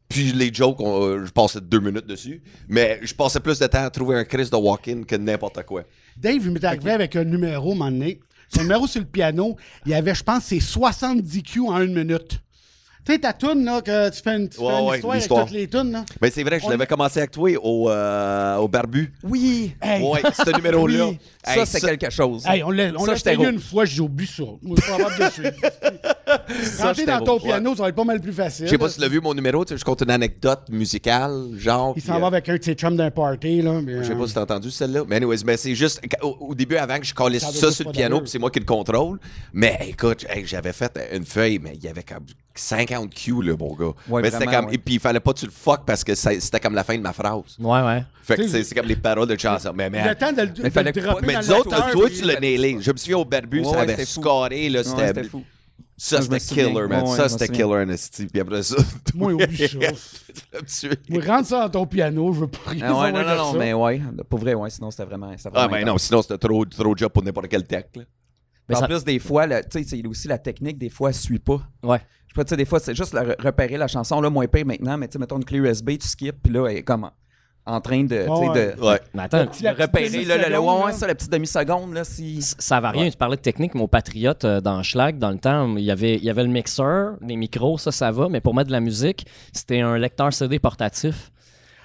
S1: Puis les jokes, on- euh, je passais deux minutes dessus. Mais je passais plus de temps à trouver un Chris de walk-in que n'importe quoi.
S4: Dave, il m'est arrivé avec un numéro, un moment donné. Son numéro sur le piano, il y avait, je pense, c'est 70 Q en une minute. Tu sais, ta toune, là, que tu fais une, tu fais
S1: Ouais,
S4: une
S1: ouais,
S4: histoire avec
S1: l'histoire.
S4: toutes les tounes, là.
S1: Mais c'est vrai, je
S4: On-
S1: l'avais commencé à actuer au, euh, au barbu.
S3: Oui!
S4: Hey,
S1: Ouais, ce numéro-là.
S3: Oui.
S1: Hey,
S3: ça, c'est quelque chose.
S4: hey, on l'a on
S3: Ça,
S4: l'a
S3: j'étais
S4: essayé
S3: gros.
S4: une fois, j'ai oublié ça. Moi, je suis probable de suivre. Rentrer
S1: j'étais
S4: dans ton
S1: gros.
S4: piano, ça va être pas mal plus facile.
S1: Je sais pas si tu l'as vu, mon numéro, tu sais, je compte une anecdote musicale, genre. puis,
S4: Il s'en
S1: euh,
S4: va avec un de ses chums d'un party, là. mais,
S1: Je sais
S4: euh,
S1: pas si t'as entendu celle-là. Mais anyways, mais c'est juste qu'au- au, début, avant que je calisse
S4: Ça avait
S1: ça
S4: juste
S1: sur le
S4: pas
S1: piano,
S4: d'allure.
S1: puis c'est moi qui le contrôle. Mais écoute, hey, j'avais fait une feuille, mais il y avait comme 50 Q, le bon gars.
S3: Ouais,
S1: mais c'était
S3: vraiment,
S1: comme.
S3: ouais.
S1: Et puis il fallait pas que tu le fuck parce que ça- c'était comme la fin de ma phrase.
S2: Ouais, ouais.
S1: Fait que
S4: Tu sais,
S1: c'est c'est comme les paroles de chanson. Mais, mais,
S4: Le temps de le, de le
S3: fallait pas-
S4: dropper
S1: mais
S4: dans
S1: nous autres,
S4: l'acteur,
S1: toi,
S4: puis-
S1: tu l'as nailé. Je me souviens au barbu,
S3: Ouais,
S1: ça
S3: ouais,
S1: avait
S3: c'était fou.
S1: scoré, là.
S3: Ouais,
S1: C'était
S3: c'était fou.
S1: Ça,
S3: Ouais, je me
S1: c'était killer,
S3: souviens.
S1: man.
S3: Ouais, je
S1: ça,
S3: me
S1: c'était
S3: souviens.
S1: killer, Nasty. Puis après ça.
S4: Moi, oublie ça.
S1: tu-
S4: Moi, rentre ça dans ton piano, je veux pas rien
S3: Ah ouais, non,
S4: savoir
S3: non,
S4: de
S3: non,
S4: ça.
S3: mais ouais. Pour vrai, ouais, sinon, c'était vraiment. c'était
S1: Ah,
S3: vraiment
S1: mais non,
S3: intense.
S1: sinon, c'était trop, trop de job pour n'importe quel tech, là.
S2: Mais Ben,
S3: en
S2: ça-
S3: plus, des fois, le- tu sais, c'est aussi la technique, des fois, elle suit pas.
S2: Ouais.
S3: Je sais pas, tu sais, des fois, c'est juste la- repérer la chanson, là, moins pire maintenant, mais tu sais, mettons une clé USB, tu skips, puis là, elle est comme en train de, tu sais,
S4: Ouais, ouais.
S3: de,
S1: Ouais.
S2: Mais attends,
S4: Petit- la
S3: de
S4: petite
S3: repérer, là, le- le-
S4: demi-seconde,
S3: ouais, ouais,
S4: là.
S3: ça, la petite demi-seconde, là, si...
S2: ça va rien. Tu parlais de technique, mais au Patriote, euh, dans Schlag, dans le temps, il y avait, il y avait le mixeur, les micros, ça, ça va. Mais pour mettre de la musique, c'était un lecteur CD portatif.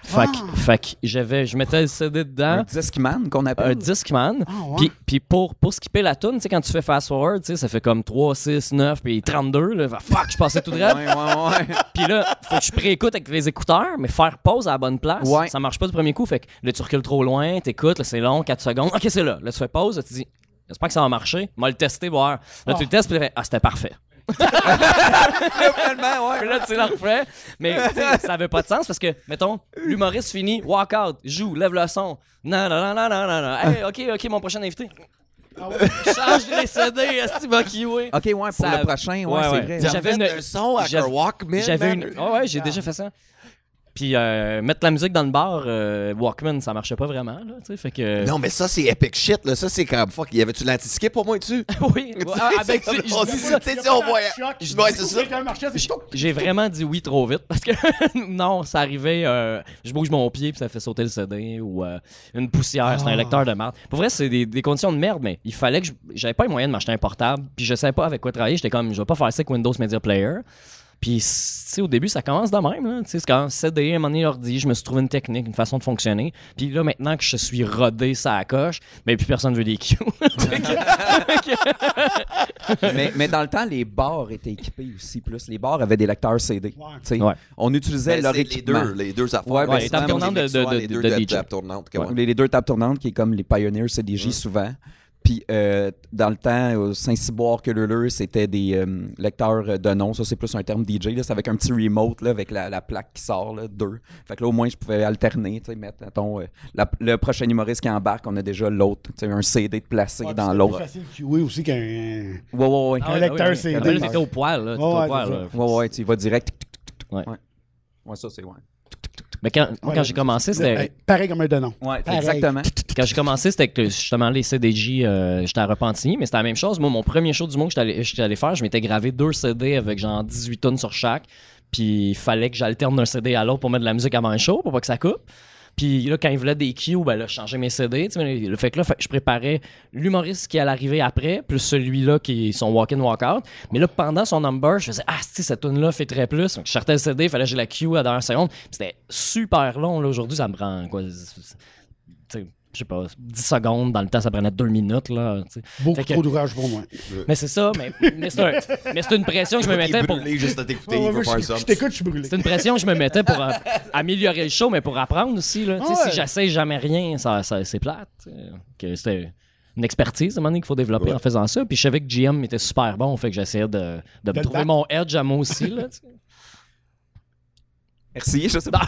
S2: Fait que, fait que j'avais, je mettais le CD
S3: Un
S2: dedans,
S3: Discman qu'on appelle.
S2: un Discman.
S4: Ah ouais.
S2: Puis, puis pour, pour skipper la tune, tu sais, quand tu fais fast forward, tu sais, ça fait comme 3, 6, 9, puis 32. Là, Fait, fuck, je passais tout de
S3: Ouais, ouais, ouais.
S2: Puis là, faut que je préécoute avec les écouteurs, mais faire pause à la bonne place,
S3: Ouais.
S2: ça marche pas du premier coup. Fait que là, tu recules trop loin, t'écoutes, là, c'est long, 4 secondes. Ok, c'est là. Là, tu fais pause, là, tu dis, j'espère que ça va marcher. On va le tester, voir. Là,
S3: Oh.
S2: tu le testes, puis tu fais, ah, c'était parfait.
S3: Finalement, ouais.
S2: Puis là, tu le refais. Mais tu sais, ça avait pas de sens parce que, mettons, l'humoriste finit, walk out, joue, lève le son. Non, non, non, non, non, non, non. Hey, ok, ok, mon prochain invité. Change les CD, est-ce que tu vas kiwi?
S3: Ah OK, ouais, pour
S2: Ça-
S3: le prochain, ouais,
S2: Ouais, ouais.
S3: c'est vrai.
S2: J'avais
S1: J'avais
S2: une-
S1: un son avec un
S2: j'avais-
S1: Walkman.
S2: J'avais
S1: man.
S2: une. Ah ouais, j'ai déjà fait ça. Puis euh, mettre la musique dans le bar, euh, Walkman, ça marchait pas vraiment, là, tu sais, fait que...
S1: Non, mais ça, c'est epic shit, là. Ça, c'est comme fuck. Y avait-tu de l'anticipé pour moi dessus?
S2: oui,
S1: Tu Ben, sais,
S2: ah, avec...
S1: c'est comme-
S2: je
S1: on
S2: dis
S1: dit
S2: ça.
S1: Tu sais, si on voyait-
S4: Je
S1: Je vois, c'est ça.
S2: J'ai vraiment dit oui trop vite, parce que non, ça arrivait, euh, je bouge mon pied, puis ça fait sauter le CD, ou euh, une poussière,
S4: Ah.
S2: c'est un lecteur de merde. Pour vrai, c'est des, des conditions de merde, mais il fallait que... je- J'avais pas les moyens de m'acheter un portable, puis je savais pas avec quoi travailler, j'étais comme, je vais pas faire ça avec Windows Media Player. Puis, tu sais, au début, ça commence de même. là. Tu sais, c'est quand CD, à un moment donné, ordi, je me suis trouvé une technique, une façon de fonctionner. Puis là, maintenant que je suis rodé, ça accroche, mais plus personne veut des cues.
S3: mais, mais dans le temps, les bars étaient équipés aussi, plus. Les bars avaient des lecteurs CD. tu sais.
S2: Ouais.
S3: On utilisait
S1: Ben,
S3: leur
S1: c'est les
S3: équipement.
S1: deux, les deux affaires.
S3: Ouais, ben,
S1: Ouais,
S3: les
S1: c'est
S3: tables
S1: comme
S2: tournantes
S1: les
S2: de- de-
S1: visuels,
S2: de-
S1: les deux
S2: de
S1: tables-
S2: DJ.
S1: tables tournantes, que
S3: Ouais,
S1: ouais.
S3: Les, les deux tables tournantes, qui est comme les Pioneers CDJ souvent. Puis euh, dans le temps, au Saint-Cyboire, que Leleu, c'était des euh, lecteurs euh, de nom. Ça, c'est plus un terme DJ. là. C'est avec un petit remote là, avec la, la plaque qui sort, là, deux. Fait que là, au moins, je pouvais alterner, tu sais, mettre, mettons, euh, la- le prochain humoriste qui embarque, on a déjà l'autre, tu sais, un CD de placé dans
S4: Ah, C'est
S3: l'autre.
S4: plus facile de cuer aussi qu'un.
S3: Ouais, ouais, ouais.
S4: Ah, Un lecteur CD.
S2: Mais Ah là, t'étais au poil, là. t'étais
S4: Ouais,
S2: au poil,
S4: c'est ça.
S2: là.
S3: Ouais, ouais, tu y vas direct.
S2: Ouais.
S3: Ouais, ça, c'est ouais.
S2: Mais quand, moi, quand j'ai commencé,
S4: Hey,
S2: c'était...
S4: Ben, Pareil comme un denon.
S3: Ouais,
S4: Pareil.
S3: exactement.
S2: Quand j'ai commencé, c'était que justement les CDJ, euh, j'étais à Repentigny, mais c'était la même chose. Moi, mon premier show du monde que j'étais allé- j'étais allé faire, je m'étais gravé deux CD avec genre 18 tonnes sur chaque. Puis il fallait que j'alterne d'un CD à l'autre pour mettre de la musique avant un show, pour pas que ça coupe. Puis là, quand il voulait des cues, ben là, je changeais mes CD. tu sais, Le fait que là, fait que je préparais l'humoriste qui allait arriver après, plus celui-là qui est son walk-in, walk-out. Mais là, pendant son number, je faisais Ah, si, cette tune-là fait très plus. Donc, je sortais le CD, il fallait que j'ai la cue à la dernière seconde. Puis C'était super long. là Aujourd'hui, ça me prend quoi tu sais, je sais pas, 10 secondes. Dans le temps, ça prenait 2 minutes. Là, tu sais.
S4: Beaucoup
S2: Fait que-
S4: trop d'ouvrage pour moi.
S2: Mais c'est ça, mais, mais c'est un- mais c'est une pression que je me
S1: Il est
S2: mettais pour.
S1: brûlé juste à t'écouter,
S4: Ouais,
S1: il veut
S4: ouais,
S1: faire
S4: Ah, je
S1: ça.
S4: je t'écoute, je suis brûlé.
S2: C'est une pression que je me mettais pour euh, améliorer le show, mais pour apprendre aussi. Là, Tu sais,
S4: Ouais.
S2: Si j'essaie jamais rien, ça, ça- c'est plate. tu sais. Que C'était une expertise à un moment donné qu'il faut développer en faisant ça. Puis je savais que GM était super bon, fait que j'essayais de, de,
S4: De le
S2: trouver
S4: battre.
S2: mon edge à moi aussi. là, tu sais.
S3: Merci, je sais pas.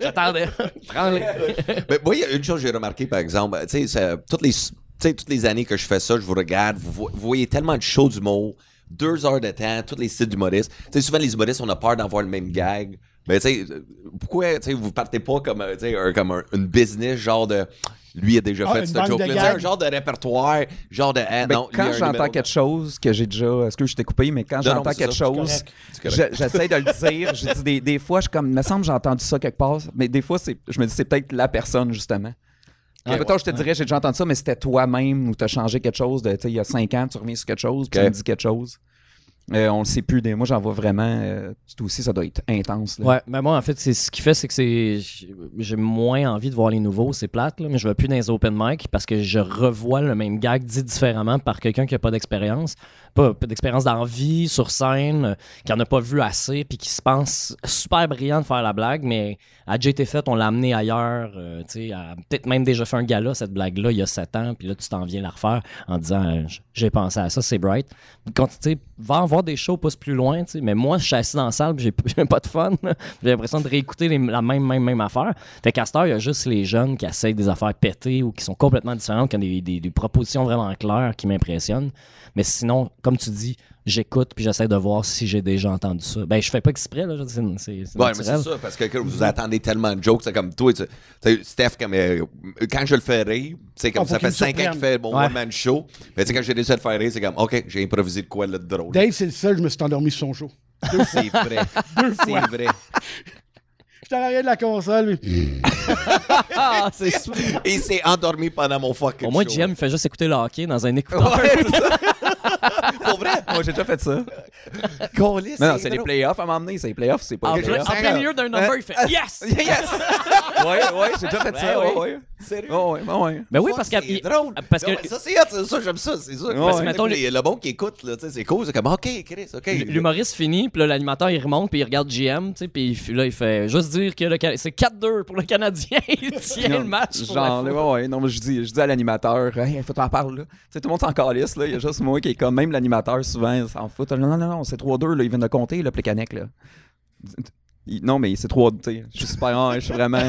S2: J'attendais. Prends-les.
S1: Mais Ben, moi, il y a une chose que j'ai remarqué, par exemple, tu sais, ça- toutes les, tu sais, toutes les années que je fais ça, je vous regarde, vous, vo- vous voyez tellement de shows d'humour, deux heures de temps, tous les styles d'humoristes. Tu sais, souvent, les humoristes, on a peur d'avoir le même gag. Mais tu sais, euh, pourquoi tu sais, vous partez pas comme, euh, tu sais, un- comme un- une business, genre de. Lui a déjà
S4: Ah,
S1: fait
S4: une
S1: ce
S4: banque de
S1: joke-là. Tu sais,
S4: gags.
S1: Un genre de répertoire, genre de. ah,
S3: Ben,
S1: non, lui, il y a
S3: quand
S1: un
S3: j'entends
S1: numéro.
S3: quelque chose que j'ai déjà. Est-ce que je t'ai coupé, mais quand
S1: Non, non,
S3: j'entends
S1: c'est
S3: quelque
S1: ça, c'est
S3: chose,
S1: correct. C'est correct.
S3: je- j'essaie de le dire. Je dis des, des fois, je suis comme, me semble que j'ai entendu ça quelque part, mais des fois, c'est, je me dis, c'est peut-être la personne, justement. Que,
S2: Ah,
S3: mettons, je te dirais, j'ai déjà entendu ça, mais c'était toi-même ou t'as changé quelque chose de, tu sais, il y a cinq ans, tu reviens sur quelque chose, puis
S1: Ok.
S3: tu me dis quelque chose. Euh, on le sait plus. des- Moi, j'en vois vraiment. euh, tout aussi, ça doit être intense. là.
S2: Ouais, mais moi, en fait, c'est ce qui fait, c'est que c'est j'ai moins envie de voir les nouveaux, c'est plate, là, mais je vais plus dans les open mic parce que je revois le même gag dit différemment par quelqu'un qui a pas d'expérience, pas, pas d'expérience dans la vie, sur scène, euh, qui en a pas vu assez, puis qui se pense super brillant de faire la blague, mais à JT Fait, on l'a amené ailleurs, euh, tu sais, à- peut-être même déjà fait un gala, cette blague-là, il y a 7 ans, puis là, tu t'en viens la refaire en disant, euh, j- j'ai pensé à ça, c'est bright. Quand tu sais, va en voir des shows, pousse plus loin, tu sais, mais moi, je suis assis dans la salle, puis j'ai j'ai pas de fun, là. j'ai l'impression de réécouter les- la même, même, même affaire. Fait qu'à cette heure, il y a juste les jeunes qui essayent des affaires pétées ou qui sont complètement différentes, qui ont des, des- des propositions vraiment claires qui m'impressionnent. Mais sinon, comme tu dis, j'écoute, puis j'essaie de voir si j'ai déjà entendu ça. Ben, je fais pas exprès, là, je- c'est c'est- c'est
S1: Ouais, mais
S2: naturel.
S1: c'est ça, parce que quand vous attendez tellement de jokes, c'est comme toi, tu tu sais, Steph, comme, euh, quand je le fais rire, tu sais, comme
S4: Ah, faut
S1: ça
S4: qu'il
S1: fait
S4: me
S1: 5 ans qu'il
S4: surprenne.
S1: fait mon
S2: Ouais.
S1: one-man show, mais tu sais, quand j'ai réussi à le faire rire, c'est comme, OK, j'ai improvisé de quoi là de drôle.
S4: Dave, c'est le seul, je me suis endormi sur son show.
S1: C'est vrai. c'est vrai.
S4: J'étais en arrière de la console. puis-
S2: Ah, c'est super.
S1: Et il s'est endormi pendant mon fucking
S2: Au moins,
S1: show.
S2: Jim, il fait juste écouter le hockey dans un écouteur.
S1: Ouais, c'est ça. Pour vrai,
S3: Moi, j'ai déjà fait ça.
S1: Colis,
S3: Mais non, c'est les
S1: drôle.
S3: playoffs à m'emmener. C'est les playoffs, c'est pas
S1: Ah,
S3: les
S1: je-
S3: playoffs.
S1: en plein milieu
S2: d'un
S3: number,
S2: il fait Yes!
S3: Yes! ouais, ouais, j'ai déjà
S1: Ben
S3: fait ça.
S2: Ouais,
S3: Ouais, ouais.
S1: Sérieux?
S3: Ouais, ouais, ouais, ouais.
S2: Ben oui,
S1: Ça,
S2: parce que.
S1: c'est drôle.
S2: Parce
S1: Non,
S2: que
S1: mais ça, c'est hot, c'est ça, j'aime ça, c'est ça. parce que
S3: ouais.
S1: mettons, les- le bon qui écoute, là, tu sais, c'est cool, c'est comme, OK, Chris, OK.
S2: l'humoriste finit, puis là, l'animateur, il remonte, puis il regarde GM, tu sais, puis il fait- là, il fait juste dire que le Can- c'est 4-2 pour le Canadien. il tient le match. pour la
S3: Genre,
S2: foule.
S3: là, ouais, ouais. Non, mais je dis, je dis à l'animateur, hey, faut t'en parler, là. Tu sais, tout le monde s'en calisse, là. Il y a juste moi qui est comme, même l'animateur, souvent, il s'en fout. Non, non, non, non, c'est 3-2, là. Ils viennent de compter, là, Plekanec, là. Il- non, mais c'est 3 tu sais. Je suis super, ouais, je suis vraiment.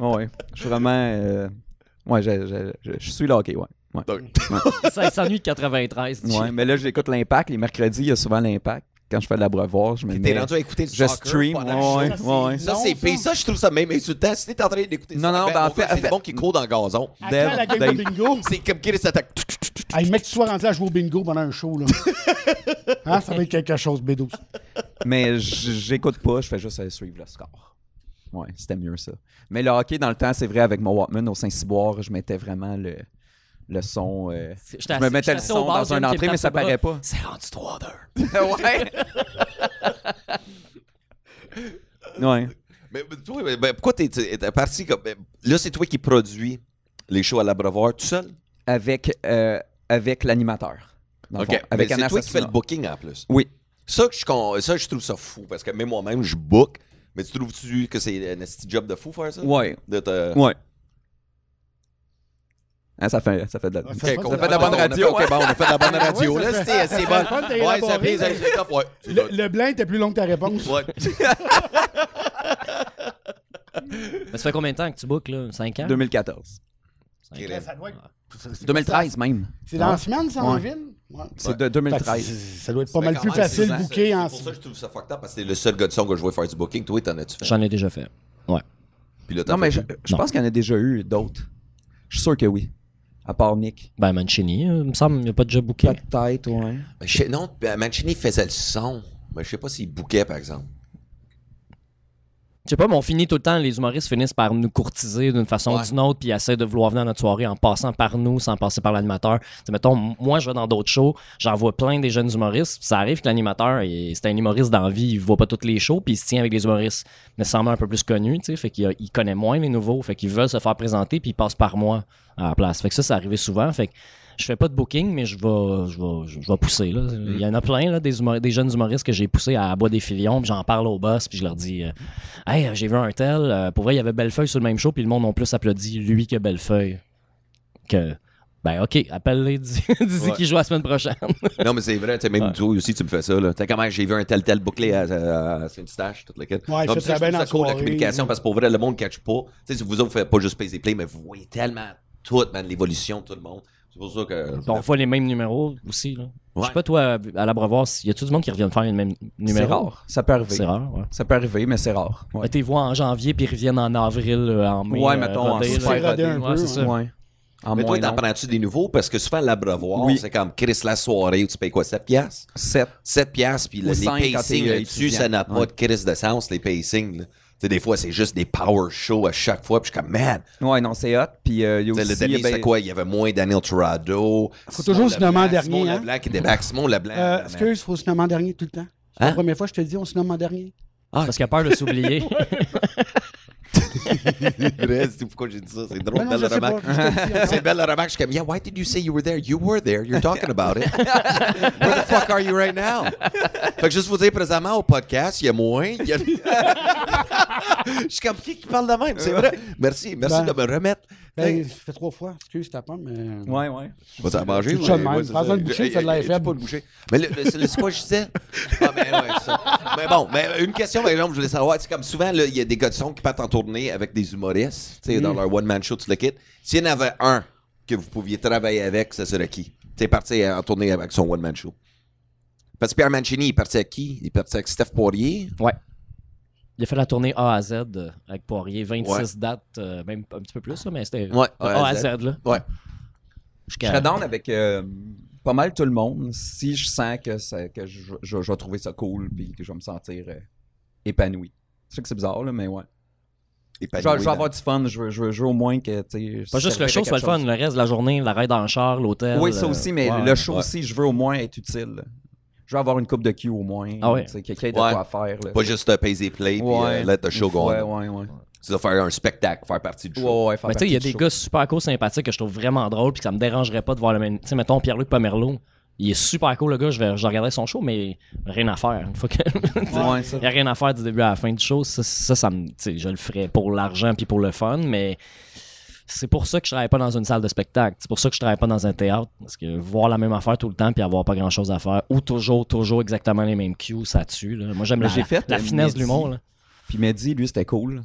S3: Ouais, ouais. Je suis vraiment. euh, ouais, je, je, je, je suis là, ok, ouais. Ouais.
S2: Ça il s'ennuie de 93. tu sais.
S3: Ouais, mais là, j'écoute l'impact. Les mercredis, il y a souvent l'impact. Quand je fais de l'abreuvoir, je me
S1: T'es
S3: mets.
S1: rendu à écouter le
S3: Je
S1: soccer
S3: stream,
S1: pendant le
S3: ouais,
S1: show.
S3: ouais, ouais.
S1: Ça,
S4: Non,
S1: c'est
S4: ça.
S1: pis ça, je trouve ça même insultant. Si t'es en train d'écouter
S3: Non,
S1: ça,
S3: non,
S1: ben,
S3: ben,
S1: mon
S3: en fait-
S1: gars, c'est
S3: en fait-
S1: le bon qui court dans le gazon.
S4: Attends la game de
S3: Dave.
S4: bingo.
S1: C'est comme Chris attaque.
S4: Hey, mec, tu sois rendu à jouer au bingo pendant un show, là. Hein, ça va être quelque chose, B12.
S3: Mais j- j'écoute pas, je fais juste aller suivre le score. Ouais, c'était mieux ça. Mais le hockey, dans le temps, c'est vrai, avec mon Walkman au Saint-Cyboire, je mettais vraiment le, le son. euh,
S2: J'étais
S3: je
S2: assis-
S3: me mettais
S2: j'étais
S3: le
S2: assis au
S3: son
S2: bar,
S3: dans
S2: Jim
S3: un
S2: qui me
S3: entrée, mais
S2: tape
S3: ça
S2: le bras.
S3: paraît pas.
S2: C'est rendu 3-2.
S3: ouais. ouais.
S1: Mais mais toi, mais- mais pourquoi t'es t'es- t'es parti comme. mais Là, c'est toi qui produis les shows à l'abreuvoir tout seul?
S3: Avec, euh, avec l'animateur. dans le fond.
S1: Mais
S3: Avec
S1: C'est
S3: Anna
S1: toi qui fais le
S3: Sassina.
S1: booking en plus.
S3: Oui.
S1: Ça, que je, con- ça, je trouve ça fou parce que même moi-même, je book. Mais tu trouves-tu que c'est un esti job de fou faire ça?
S3: Ouais.
S1: De te-
S3: Ouais. Hein, ça, fait, ça fait de la.
S4: Ah, ça
S1: Ok,
S4: fait
S1: cool.
S4: de la
S1: Ah,
S3: bonne
S1: on a
S3: radio,
S1: fait- ok, bon, on a fait de la bonne radio.
S4: Ouais, ça
S1: Là,
S4: fait-
S1: c'est c'est bon.
S4: fait fun, t'as
S1: Ouais, ça
S4: élaboré.
S1: brise avec les top, ouais. c'est
S4: Le,
S1: bon.
S4: le blanc était plus long que ta réponse.
S1: Ouais.
S2: Mais ça fait combien de temps que tu bookes, là 5 ans
S3: 2014.
S2: Cinq
S1: Ok,
S2: ans.
S1: là,
S4: Ça doit être- c'est-
S3: 2013 même.
S4: C'est dans
S3: Ouais.
S4: la semaine, ça, en
S3: Ouais.
S4: ville? Ouais.
S3: C'est de
S4: Fait que c'est-
S3: 2013.
S4: Ça doit être pas
S1: Mais
S4: mal
S1: quand
S4: plus
S1: même,
S4: facile
S1: c'est-
S4: booké
S1: hein. c'est
S4: en...
S1: pour ça que je trouve ça fucked up parce que t'es le seul gars de son que je vois faire du booking. Toi, t'en as-tu fait?
S2: J'en ai déjà fait. Ouais.
S1: Puis là, t'en
S3: Non, mais
S1: fais
S3: je,
S1: plus.
S3: je
S2: Non.
S3: pense qu'il y en a déjà eu d'autres. Je suis sûr que oui. À part Nick.
S2: Ben, Mancini, euh, il me semble, il n'y a pas déjà booké.
S3: Peut-être, ouais.
S1: Mais je sais- Non, euh, Mancini faisait le son. Mais je sais pas s'il bouquait, par exemple.
S2: Je sais pas, mais on finit tout le temps, les humoristes finissent par nous courtiser d'une façon
S1: Ouais.
S2: ou d'une autre, puis essaient de vouloir venir à notre soirée en passant par nous, sans passer par l'animateur. Tu sais, mettons, m- moi, je vais dans d'autres shows, j'en vois plein des jeunes humoristes, puis ça arrive que l'animateur, il- c'est un humoriste dans la vie, il voit pas toutes les shows, puis il se tient avec les humoristes nécessairement un peu plus connus, tu sais, fait qu'il a- il connaît moins les nouveaux, fait qu'ils veulent se faire présenter, puis ils passent par moi à la place. Fait que ça, ça arrivait souvent, fait que je fais pas de booking, mais je vais, je vais, je vais pousser. Là.
S3: Mm-hmm.
S2: Il y en a plein, là, des, humor- des jeunes humoristes que j'ai poussés à bois des filions, puis j'en parle au boss, puis je leur dis euh, Hey, euh, j'ai vu un tel. euh, pour vrai, il y avait Bellefeuille sur le même show, puis le monde en plus applaudi lui que Bellefeuille. Que, ben, ok, appelle-les, dis, dis
S1: Ouais.
S2: qu'il joue la semaine prochaine.
S1: Non, mais c'est vrai, tu sais, même toi aussi, tu me fais ça, là. Tu sais, comment j'ai vu un tel tel bouclé à, à, à Saint-Eustache, toute la quête.
S4: Ouais, il
S1: Non,
S4: fait
S1: mais ça,
S4: très
S1: je
S4: bien
S1: trouve ça
S4: en
S1: cool, la
S4: soirée.
S1: communication, parce que pour vrai, le monde ne catch pas. Tu sais, si vous autres, vous faites pas juste Pays Play, mais vous voyez tellement tout, man, l'évolution de tout le monde. C'est pour ça que.
S2: Puis on voit les mêmes numéros aussi. Là. Je
S1: Ouais.
S2: sais pas, toi, à l'abreuvoir, s'il y a-tu du monde qui revient de faire les mêmes
S3: C'est
S2: numéros
S3: rare. Ça peut arriver.
S2: C'est rare, ouais.
S3: Ça peut arriver, mais c'est rare. Ouais,
S2: Mais t'es vois en janvier, puis ils reviennent en avril, euh, en mai.
S3: Ouais,
S2: euh,
S3: mettons, en
S2: rodés, là.
S4: super
S3: super
S4: rodé
S3: rodé.
S4: un peu,
S3: Ouais, c'est ça.
S2: hein.
S3: Ouais. En
S1: Mais toi,
S3: moins
S1: t'en
S3: long.
S1: prends-tu des nouveaux? Parce que souvent, l'abreuvoir,
S3: Oui.
S1: c'est comme Chris la soirée où tu payes quoi, 7 piastres?
S3: Sept.
S1: 7 piastres, puis le-
S3: Ou
S1: les
S3: cinq quand
S1: pacings
S3: t'es, euh,
S1: là-dessus,
S3: étudiant.
S1: ça n'a pas
S3: Ouais.
S1: de Chris de sens, les pacings. là. sais, des fois, c'est juste des power shows à chaque fois. Puis je suis comme, man,
S3: Ouais, non, c'est hot. Puis euh, il y a
S1: Tu
S3: aussi.
S1: sais, le dernier,
S3: ben,
S1: c'était quoi? Il y avait moins Daniel Torado.
S4: Faut toujours se demander
S1: Leblanc,
S4: dernier,
S1: Simon
S4: hein?
S1: Leblanc qui débarque. Simon Leblanc.
S4: Euh,
S1: Leblanc.
S4: excuse, faut se nommer en dernier tout le temps. C'est
S1: Hein?
S4: La première fois, je te le dis, on se nomme en dernier.
S2: C'est Parce qu'il a peur de s'oublier.
S1: Reste, pourquoi j'ai dit ça? C'est drôle,
S4: Ben non,
S1: belle
S4: je sais
S1: remarque.
S4: pas, je te le dis,
S1: C'est belle remarque. Je suis comme, yeah, why did you say you were there? You were there. You're talking about it. Where the fuck are you right now? Fait que juste vous dire, présentement, au podcast, il y a moins. il y a- je suis comme, qui qui parle de même? C'est vrai. Merci. Merci
S4: Ben.
S1: de me remettre.
S4: Ben, ça fait trois fois. Excuse, t'as pas, mais.
S3: Ouais, ouais.
S1: Vas-tu à manger?
S4: Tout
S1: ouais,
S4: ça de même.
S1: ouais, c'est
S4: Prends-en
S1: ça.
S4: une bouchée,
S1: Hey,
S4: ça a de l'air
S1: hey,
S4: faible.
S1: pas une bouchée. Mais le- le- c'est c'est quoi que je disais? Ah, ben ouais, c'est ça. Mais bon, mais une question, par exemple, je voulais savoir. C'est comme souvent, là, il y a des gars de son qui partent en tournée avec des humoristes, tu sais,
S3: Mm.
S1: dans leur one-man show, tu le quittes. S'il y en avait un que vous pouviez travailler avec, ça serait qui? Tu es parti en tournée avec son one-man show. Parce que Pierre Mancini, il est parti avec qui? Il est parti avec Steph Poirier.
S2: ouais. Il a fait la tournée A à Z euh, avec Poirier, 26
S1: Ouais.
S2: dates, euh, même un petit peu plus, là, mais c'était
S1: Ouais,
S2: de A à Z. là.
S1: Ouais.
S2: Jusqu'à-
S3: Je serais down avec euh, pas mal tout le monde si je sens que, ça- que je, je- je vais trouver ça cool puis que je vais me sentir euh, épanoui. Je sais que c'est bizarre, là, mais ouais.
S1: Et
S3: Je,
S1: Pat
S3: vais- je vais
S1: Louis,
S3: avoir du fun. Je veux, je veux- je veux au moins que. tu sais,
S2: Pas juste
S3: servir
S2: le show
S3: quelque
S2: soit le fun,
S3: chose.
S2: le reste de la journée, la ride en char, l'hôtel.
S3: Oui, ça
S2: euh,
S3: aussi, mais
S2: ouais,
S3: le show
S1: ouais.
S3: aussi, je veux au moins être utile. Je veux avoir une coupe de Q au moins.
S2: Ah ouais.
S3: tu sais, Quelqu'un ait de
S1: Ouais.
S3: quoi faire. Là,
S1: Pas juste euh, pay the play, puis euh, let the show go on.
S3: Ouais, ouais, ouais.
S1: Tu vas faire un spectacle, faire partie du show.
S3: Ouais, ouais, faire
S2: Mais tu sais, il y a
S3: partie
S2: des
S3: du show.
S2: gars super cool, sympathiques que je trouve vraiment drôles, puis que ça me dérangerait pas de voir le même. Tu sais, mettons Pierre-Luc Pomerleau. Il est super cool, le gars. Je, vais, je regarderai son show, mais rien à faire. Une fois que-
S3: Ouais, ça.
S2: il n'y a rien à faire du début à la fin du show. Ça, ça, ça me, tu sais, je le ferais pour l'argent puis pour le fun, mais c'est pour ça que je travaille pas dans une salle de spectacle. C'est pour ça que je travaille pas dans un théâtre. Parce que voir la même affaire tout le temps puis avoir pas grand chose à faire, ou toujours, toujours exactement les mêmes cues, ça tue. là. Moi, j'aime
S3: Ben,
S2: la,
S3: j'ai fait,
S2: la
S3: euh,
S2: finesse de
S3: Mehdi.
S2: l'humour. là.
S3: Puis Mehdi, lui, c'était cool.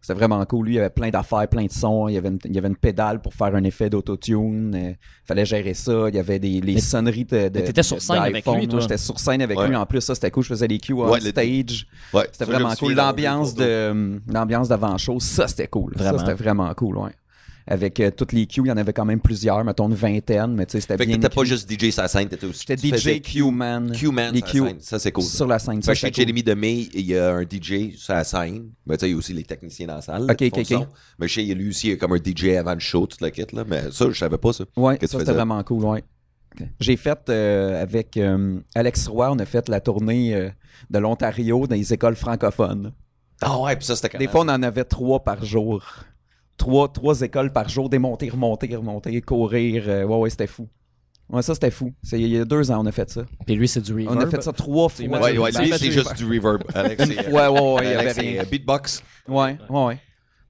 S3: C'était vraiment cool. Lui, il avait plein d'affaires, plein de sons. Il y avait une, il y avait une pédale pour faire un effet d'autotune. Euh, Il fallait gérer ça. Il y avait des, les
S2: Mais-
S3: sonneries de, de
S2: mais t'étais sur
S3: de-
S2: scène avec
S3: d'iPhone.
S2: lui, toi.
S3: Moi, J'étais sur scène avec
S1: Ouais.
S3: lui. En plus, ça, c'était cool. Je faisais les cues on
S1: Ouais, le-
S3: stage.
S1: Ouais. Ça,
S3: C'était vraiment
S1: je me
S3: cool.
S1: souviens d'avoir vu les
S3: L'ambiance
S1: photos.
S3: de euh, l'ambiance d'avant-show, ça, c'était cool.
S2: Vraiment.
S3: Ça, c'était vraiment cool, ouais. Avec euh, toutes les cues, il y en avait quand même plusieurs, mettons une vingtaine, mais tu sais, c'était
S1: Fait que
S3: bien.
S1: t'étais pas
S3: écrit.
S1: juste DJ sur la scène, t'étais aussi. tu
S3: J'étais
S1: faisais
S3: DJ Q-Man.
S1: Q-Man
S3: Les
S1: sur la
S3: Q
S1: scène. Ça, c'est cool.
S3: sur la scène.
S1: Fait
S3: Ça,
S1: que chez
S3: c'était
S1: Jérémy
S3: cool.
S1: Demey, il y a un DJ sur la scène. Mais tu sais, il y a aussi les techniciens dans la salle. là,
S3: Ok,
S1: qui font
S3: ok,
S1: le
S3: ok.
S1: son. Mais chez lui aussi, il y a comme un DJ avant le show, toute la kit, là. Mais ça, je savais pas ça.
S3: Ouais,
S1: que tu
S3: ça
S1: faisais.
S3: c'était vraiment cool, ouais. J'ai fait euh, avec euh, Alex Roy, on a fait la tournée euh, de l'Ontario dans les écoles francophones.
S1: Ah ouais, puis ça, c'était quand
S3: Des fois, on en avait trois par jour. Trois, trois écoles par jour, démonter, remonter, remonter, courir. euh, ouais, ouais, c'était fou. Ouais, ça, c'était fou. C'est- Il y a deux ans, on a fait ça.
S2: Puis lui, c'est du reverb.
S3: On a fait ça trois fois.
S2: imagines-
S1: Ouais, ouais,
S2: Ben,
S1: lui,
S2: ben,
S1: bah, c'est
S2: ben,
S1: juste du reverb. Alex, c'est.
S3: Ouais, ouais, ouais, il y avait
S1: Alex, c'est
S3: rien.
S1: euh, beatbox.
S3: Ouais, ouais, ouais.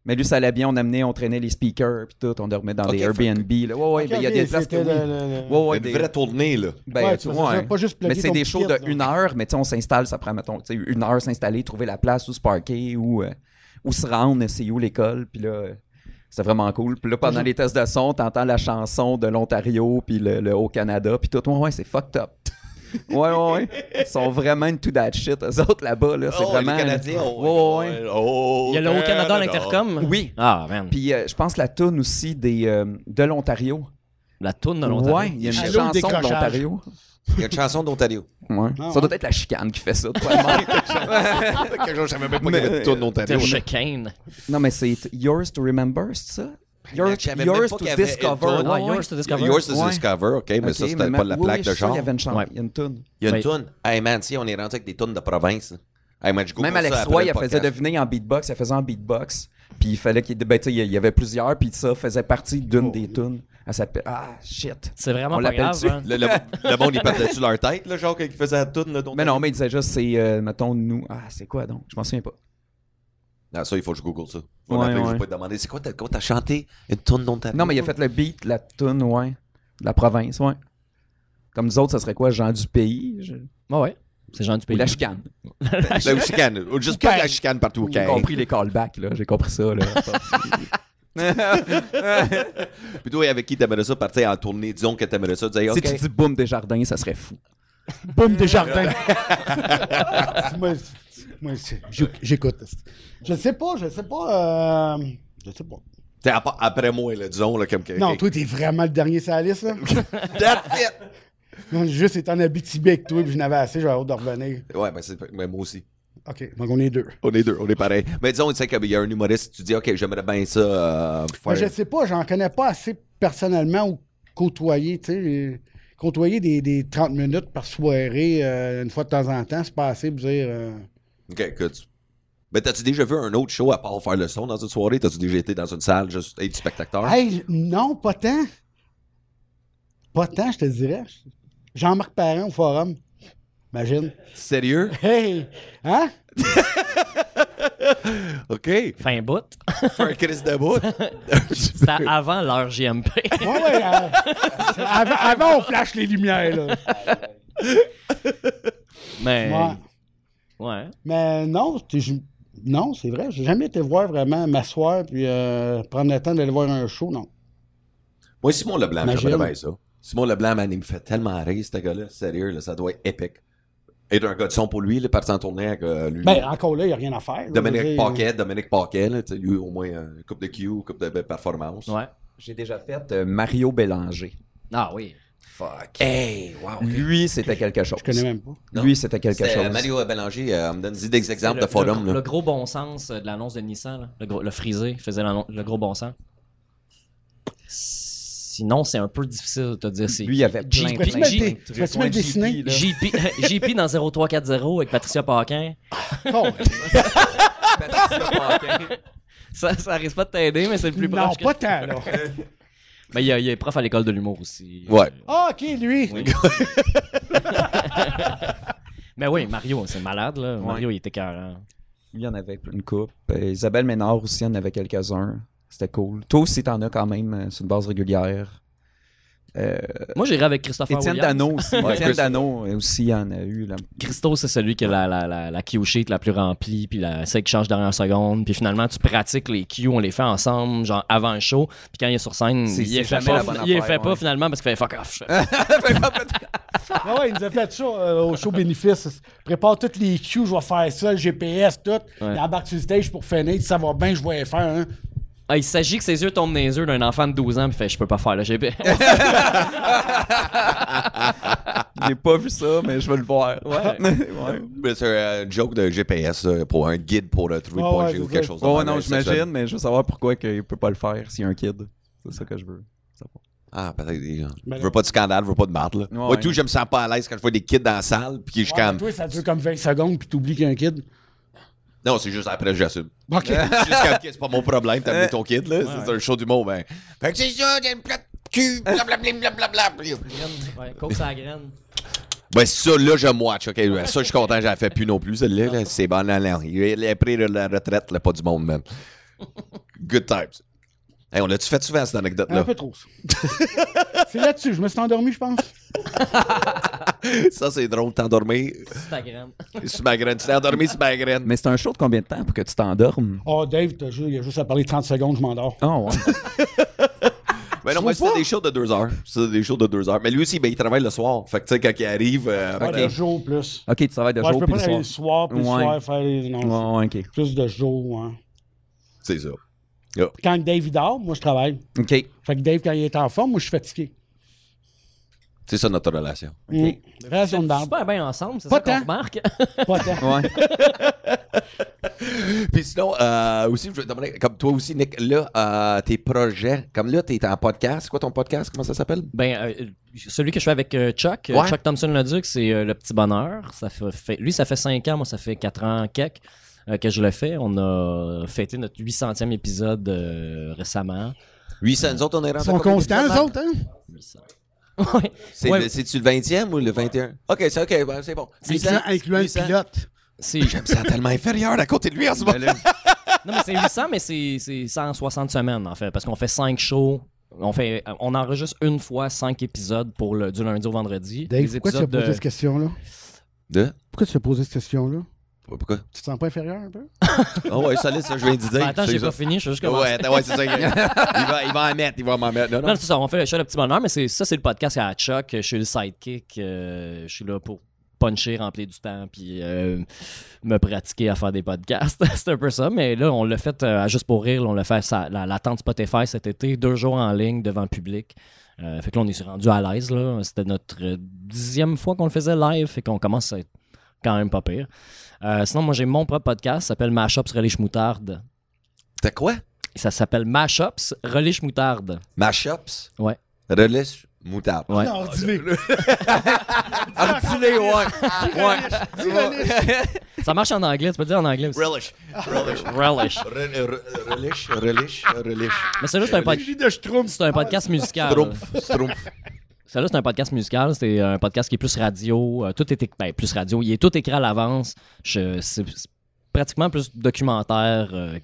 S3: Mais lui, ça allait bien, on amenait, on traînait les speakers, puis tout, on dormait dans
S1: Ok,
S3: des
S1: fait
S3: Airbnb. là. Ouais, ouais, ben, il y a des places que oui.
S4: que.
S3: Ouais, ouais,
S1: Une
S3: des-
S1: vraie tournée, là.
S3: Ben,
S4: Ouais,
S3: tu
S4: euh, tu
S3: vois,
S4: faisais
S3: hein.
S4: pas juste plugger
S3: mais c'est
S4: ton
S3: des
S4: petit
S3: shows
S4: kit,
S3: de
S4: là.
S3: une heure, mais tu sais, on s'installe, ça prend, mettons, tu sais, une heure s'installer, trouver la place où se parquer, où, euh, où se rendre, c'est où l'école, puis là, euh, c'est vraiment cool. Puis là, pendant les tests de son, t'entends la chanson de l'Ontario, puis le, le Haut-Canada, puis tout, ouais, ouais, c'est fucked up. ouais, ouais, ouais. Ils sont vraiment une to that shit, eux autres, là-bas, là, c'est
S1: Oh,
S3: vraiment...
S1: Les Canadiens,
S3: Ouais, ouais, ouais.
S1: Oh,
S2: Il y a le Haut-Canada à
S1: Canada.
S2: l'intercom.
S3: Oui.
S2: Ah, man.
S3: Puis euh, je pense la toune aussi des, euh, de l'Ontario.
S2: la toune de l'Ontario.
S3: Ouais, il y a une
S4: Allô, le
S3: chanson de
S4: décrochage.
S3: l'Ontario.
S1: Il y a une chanson d'Ontario.
S3: Ouais.
S4: Ah,
S3: ça doit
S4: ouais.
S3: être la chicane qui fait ça, probablement.
S1: Quelque chose, je savais même pas qu'il y avait une tournée d'Ontario.
S2: C'était Chicane.
S3: Non, mais c'est Yours to Remember, c'est ça?
S1: Ben, mais
S3: Yours,
S1: je savais
S3: Yours
S1: même pas
S3: to
S1: qu'il y avait une
S3: Discover.
S1: tonne.
S2: Ah,
S3: ouais, ouais.
S2: Yours to Discover.
S1: Yours is
S3: Ouais.
S1: Discover, ok, mais
S3: Ok,
S1: ça,
S3: mais
S1: c'était
S3: ma-
S1: pas la
S3: oui,
S1: plaque
S3: oui,
S1: de
S3: je suis sûr,
S1: genre.
S3: Il y avait une chanson,
S2: Ouais.
S3: il y a une toune.
S1: Il y a une
S2: Oui.
S1: toune. Hey man, si on est rendu avec des tounes de province. là. Hey man, je google
S3: Même
S1: ça
S3: Alex
S1: après
S3: Roy,
S1: le
S3: il faisait
S1: podcast.
S3: deviner en beatbox, il faisait en beatbox. Puis il fallait qu'il. Ben, tu sais, il y avait plusieurs, puis ça faisait partie
S1: Oh.
S3: d'une des tunes. Elle s'appelle. Ah, shit.
S2: C'est vraiment
S3: On
S2: pas
S3: l'appelle
S2: grave.
S3: dessus.
S2: hein.
S1: Le, le- le monde, il perdait-tu leur tête, là, genre, quand il faisait la toune, là, dont-
S3: Mais non, mais il disait juste, c'est, euh, mettons, nous. Ah, c'est quoi donc? Je m'en souviens pas.
S1: Ah, ça, il faut que je google ça.
S3: Ouais,
S1: Après, Je
S3: ouais.
S1: vais pas te demander, c'est quoi, t'as, quoi, t'as chanté une toune d'Ontario?
S3: Non, mais il a fait le beat, la tune, ouais. de La province, ouais. Comme nous autres, ça serait quoi, genre du pays? je-
S2: Ah ouais. C'est gens du
S3: Ou
S2: pays.
S3: la chicane.
S1: La chicane. Ou Juste pas de la chicane partout, ok?
S3: J'ai compris les callbacks, là. J'ai compris ça, là.
S1: Puis toi, avec qui t'aimerais ça partir en tournée? Disons que t'aimerais ça, dire,
S3: Si
S1: ok.
S3: tu dis boum des jardins, ça serait fou.
S4: Boum des jardins. moi, moi, c'est- j'éc- j'écoute. Je sais pas, je sais pas. euh, je sais pas.
S1: T'sais, à part- après moi, là, disons, là, comme que.
S4: Non,
S1: ok.
S4: toi, t'es vraiment le dernier sur la liste. Là.
S1: That's it!
S4: non, j'ai juste été en Abitibi avec toi, puis je n'avais assez, j'avais hâte de revenir.
S1: Ouais, ben, c'est, ben, moi aussi.
S4: OK, donc on est deux.
S1: On est deux, on est pareil. Mais disons, tu sais qu'il y a un humoriste, tu dis, OK, j'aimerais bien ça. euh,
S4: Mais
S1: faire-
S4: je sais pas, j'en connais pas assez personnellement ou côtoyer, tu sais. euh, Côtoyer des, des 30 minutes par soirée, euh, une fois de temps en temps, c'est pas assez pour dire. euh,
S1: OK, que tu- Mais t'as-tu déjà vu un autre show à part faire le son dans une soirée? T'as-tu déjà été dans une salle juste être spectateur?
S4: Hey, non, pas tant. Pas tant, je te dirais. Jean-Marc Parent au forum. Imagine.
S1: Sérieux?
S4: Hey! Hein?
S1: OK.
S2: Fin bout.
S1: Faire un Chris de bout.
S2: C'était avant l'heure JMP.
S4: Ouais, ouais, euh, avant, avant, on flash les lumières, là.
S2: Mais.
S4: Ouais.
S2: Ouais.
S4: Mais non, tu- je- non, c'est vrai. J'ai jamais été voir vraiment m'asseoir puis euh, prendre le temps d'aller voir un show, non.
S1: Moi, Simon Leblanc,
S4: Imagine.
S1: j'aimerais bien ça. Simon Leblanc, man, il me fait tellement rire, ce gars-là. Sérieux, là, ça doit être épique. Et d'un gars de son pour lui, là, parti en tournée avec euh, lui.
S4: Ben, encore là, il n'y a rien à faire. là, je veux
S1: Dominique
S4: dire.
S1: Paquet, Dominique Paquet, là, tu sais, lui, au moins, euh, coupe de Q, coupe de belle performance.
S2: Ouais.
S3: J'ai déjà fait euh, Mario Bélanger.
S2: Ah oui.
S3: Fuck. Hey, wow. Lui, c'était quelque chose.
S4: Je connais même pas.
S3: Lui, c'était quelque
S1: C'était, euh,
S3: chose.
S1: Mario Bélanger euh, me donne des des exemples
S2: Le-
S1: de forum.
S2: Le,
S1: là.
S2: le gros bon sens euh, de l'annonce de Nissan, là. Le, gros- le frisé, il faisait l'annon- le gros bon sens. Sinon, c'est un peu difficile de te dire. c'est
S3: Lui,
S2: qui.
S3: il avait plein,
S2: JP,
S3: plein,
S4: Peux-tu me le
S2: J-
S4: dé-
S3: trucs.
S4: peux-tu me le
S3: Ouais,
S4: dessiner?
S3: JP, là.
S2: JP, JP dans 0340 avec Patricia Paquin.
S4: Oh,
S2: Ça, ça risque pas de t'aider, mais c'est le plus
S4: non,
S2: proche. que-
S4: pas tant, là.
S2: Mais il y, a- il est prof à l'école de l'humour aussi.
S1: Ouais.
S4: Ah, OK, lui.
S2: Mais oui, Mario, c'est malade, là. Mario, il était carré. hein.
S3: Lui, il y en avait une coupe. Euh, Isabelle Ménard aussi, il y en avait quelques-uns. C'était cool. Toi aussi, t'en as quand même euh, sur une base régulière. Euh,
S2: Moi, j'irai avec Christopher
S3: Étienne
S2: Williams.
S3: Dano aussi.
S1: Ouais,
S3: Étienne
S1: Chris-
S3: Dano euh, aussi, il y en a eu. Là.
S2: Christo, c'est celui qui a la, la, la, la cue sheet la plus remplie, puis la, celle qui change dernière seconde. Puis finalement, tu pratiques les cues, on les fait ensemble, genre avant le show. Puis quand il est sur scène,
S3: C'est-
S2: il
S3: c'est
S2: les fait,
S3: jamais
S2: pas,
S3: la bonne
S2: il les
S3: affaire,
S2: fait pas
S3: ouais.
S2: finalement parce qu'il fait fuck off.
S4: Ah ouais, il nous a fait ça euh, au show bénéfice. Prépare toutes les cues, je vais faire ça, le GPS, tout. Il embarque sur le stage pour finir, si ça va bien, je vais les faire. Hein.
S2: Ah, il s'agit que ses yeux tombent dans les yeux d'un enfant de 12 ans, puis il fait je peux pas faire le GP.
S3: J'ai pas vu ça, mais je veux le voir.
S2: Ouais.
S3: ouais.
S1: Mais Ben, C'est un euh, joke de GPS euh, pour un guide pour euh, trouver
S4: Ah
S1: le point
S4: ouais,
S1: G ou
S4: c'est
S1: quelque
S4: ça.
S1: chose. de
S3: Oh
S1: même,
S3: non,
S1: euh,
S3: j'imagine,
S1: sexuel.
S3: mais je veux savoir pourquoi il peut pas le faire s'il y a un kid. C'est ça que je veux. savoir.
S1: Ah, peut-être. euh,
S4: Ben
S1: Je
S4: là.
S1: veux pas de scandale, je veux pas de marde. Là. Moi,
S3: ouais.
S1: tout, je me sens pas à l'aise quand je vois des kids dans la salle. Puis je suis
S4: Ouais,
S1: comme.
S4: toi, ça dure comme 20 secondes, puis t'oublies qu'il y a un kid.
S1: Non, c'est juste après, j'assume.
S4: OK.
S1: C'est juste comme, OK, c'est pas mon problème, t'as amené ton kid, là. c'est un show d'humour, ben. Fait que c'est ça, j'ai une plate cul, blablabla.
S2: ouais, coke sa graine.
S1: Ben, ça, là, je watch, OK. ouais, Ça, je suis content, j'en fais plus non plus, celle-là. là. C'est bon, là, là. Il a pris de la retraite, là, pas du monde, même. Good times. Hey, on l'a-tu fait souvent, cette
S4: Un
S1: anecdote-là?
S4: peu trop. ça. c'est là-dessus, je me suis endormi, je pense.
S1: Ça, c'est drôle, t'endormir
S2: C'est ta graine.
S1: sur ma graine. Tu t'es endormi sur ma graine.
S3: Mais c'est un show de combien de temps pour que tu t'endormes?
S4: Oh, Dave, t'as juste, il a juste à parler 30 secondes, je m'endors.
S3: Oh, ouais.
S1: Mais Ben non,
S4: Tu
S1: moi,
S4: trouves
S1: c'était
S4: pas?
S1: des shows de deux heures. C'était des shows de deux heures. Mais lui aussi, ben, il travaille le soir. Fait que, tu sais, quand il arrive. euh,
S4: Pas
S1: ben,
S4: de jour plus.
S3: ok, tu travailles de
S4: Ouais, je
S3: jour
S4: peux
S3: puis
S4: pas
S3: le
S4: aller
S3: soir.
S4: le soir, puis le
S3: Ouais.
S4: soir, faire les...
S3: Ouais,
S4: Non,
S3: ouais, ok.
S4: plus de jour, hein.
S1: C'est ça.
S4: Puis Quand Dave il dort, moi, je travaille.
S3: Ok.
S4: Fait que Dave, quand il est en forme, moi, je suis fatigué.
S1: C'est ça, notre relation.
S4: Mm. Relation de barbe.
S2: Super bien ensemble, c'est
S4: Pas
S2: ça qu'on
S4: tant.
S2: remarque.
S4: Pas tant.
S3: Ouais.
S1: Puis sinon, euh, aussi, je veux te demander, comme toi aussi, Nick, là, euh, tes projets, comme là, t'es en podcast. C'est quoi ton podcast? Comment ça s'appelle?
S2: Ben, euh, celui que je fais avec euh, Chuck, euh,
S1: Ouais.
S2: Chuck Thompson Leduc, c'est euh, Le Petit Bonheur. Ça fait, fait- lui, ça fait 5 ans, moi, ça fait 4 ans quelques euh, que je le fais. On a fêté notre 800e épisode euh, récemment.
S1: 800, nous autres, on est rentrés.
S4: Ils sont
S1: à combien
S4: constants, eux
S1: d'épisodes?
S4: autres, hein?
S2: Ouais.
S1: C'est
S2: Ouais.
S1: le- C'est-tu le 20e ou le 21? OK, c'est OK, ben, c'est bon.
S4: Incluant, incluant le
S1: 800.
S4: pilote.
S2: C'est-
S1: Je me sens tellement inférieur à côté de lui en ce moment.
S2: non, mais c'est 800, mais c'est c'est 160 semaines, en fait, parce qu'on fait 5 shows. On, fait, on enregistre une fois 5 épisodes pour le, du lundi au vendredi.
S4: Dave,
S2: Les
S4: pourquoi tu as
S2: épisodes
S4: posé
S2: de-
S4: cette question-là?
S1: De?
S4: Pourquoi tu as posé cette question-là?
S1: Pourquoi?
S4: Tu te sens pas inférieur un peu?
S1: Ah ouais, ça, là, ça, je viens de dire.
S2: Ben, attends,
S1: C'est
S2: j'ai
S1: ça.
S2: pas fini, je suis juste commencé.
S1: Ouais, attends, ouais, c'est ça. Il va, il va en mettre, il va m'en mettre. Non, non.
S2: Non, c'est ça, on fait le show Le Petit Bonheur, mais c'est ça, c'est le podcast à Chuck. Je suis le sidekick. euh, je suis là pour puncher, remplir du temps, puis euh, me pratiquer à faire des podcasts. c'est un peu ça, mais là, on l'a fait euh, à Juste pour Rire. là, On l'a fait à sa- la, la tente Spotify cet été, deux jours en ligne devant public. Euh, fait que là, on est rendu à l'aise. là. C'était notre euh, dixième fois qu'on le faisait live, fait qu'on commence à être quand même pas pire. Euh, sinon, moi, j'ai mon propre podcast, ça s'appelle Mashups Relais Schmoutarde.
S1: T'as quoi?
S2: Ça s'appelle Mashups Relais Schmoutarde.
S1: Mashups?
S2: Ouais.
S1: Relais moutarde.
S2: Ouais.
S4: Non, dis-le.
S3: Ah,
S4: Ah,
S1: Articulé, ouais. ouais.
S2: Ça marche en anglais, tu peux le dire en anglais aussi.
S1: Relish. Relish.
S2: Relish.
S1: Re- re- Relish. Relish. Relish.
S2: Mais c'est juste un, pod-
S4: J'ai de schtroumpf.
S2: c'est un podcast musical. là.
S1: Schtroumpf. Schtroumpf.
S2: Celui-là, c'est un podcast musical. C'est un podcast qui est plus radio. euh, tout est é- ben, plus radio. Il est tout écrit à l'avance. Je- C'est c'est pratiquement plus documentaire euh,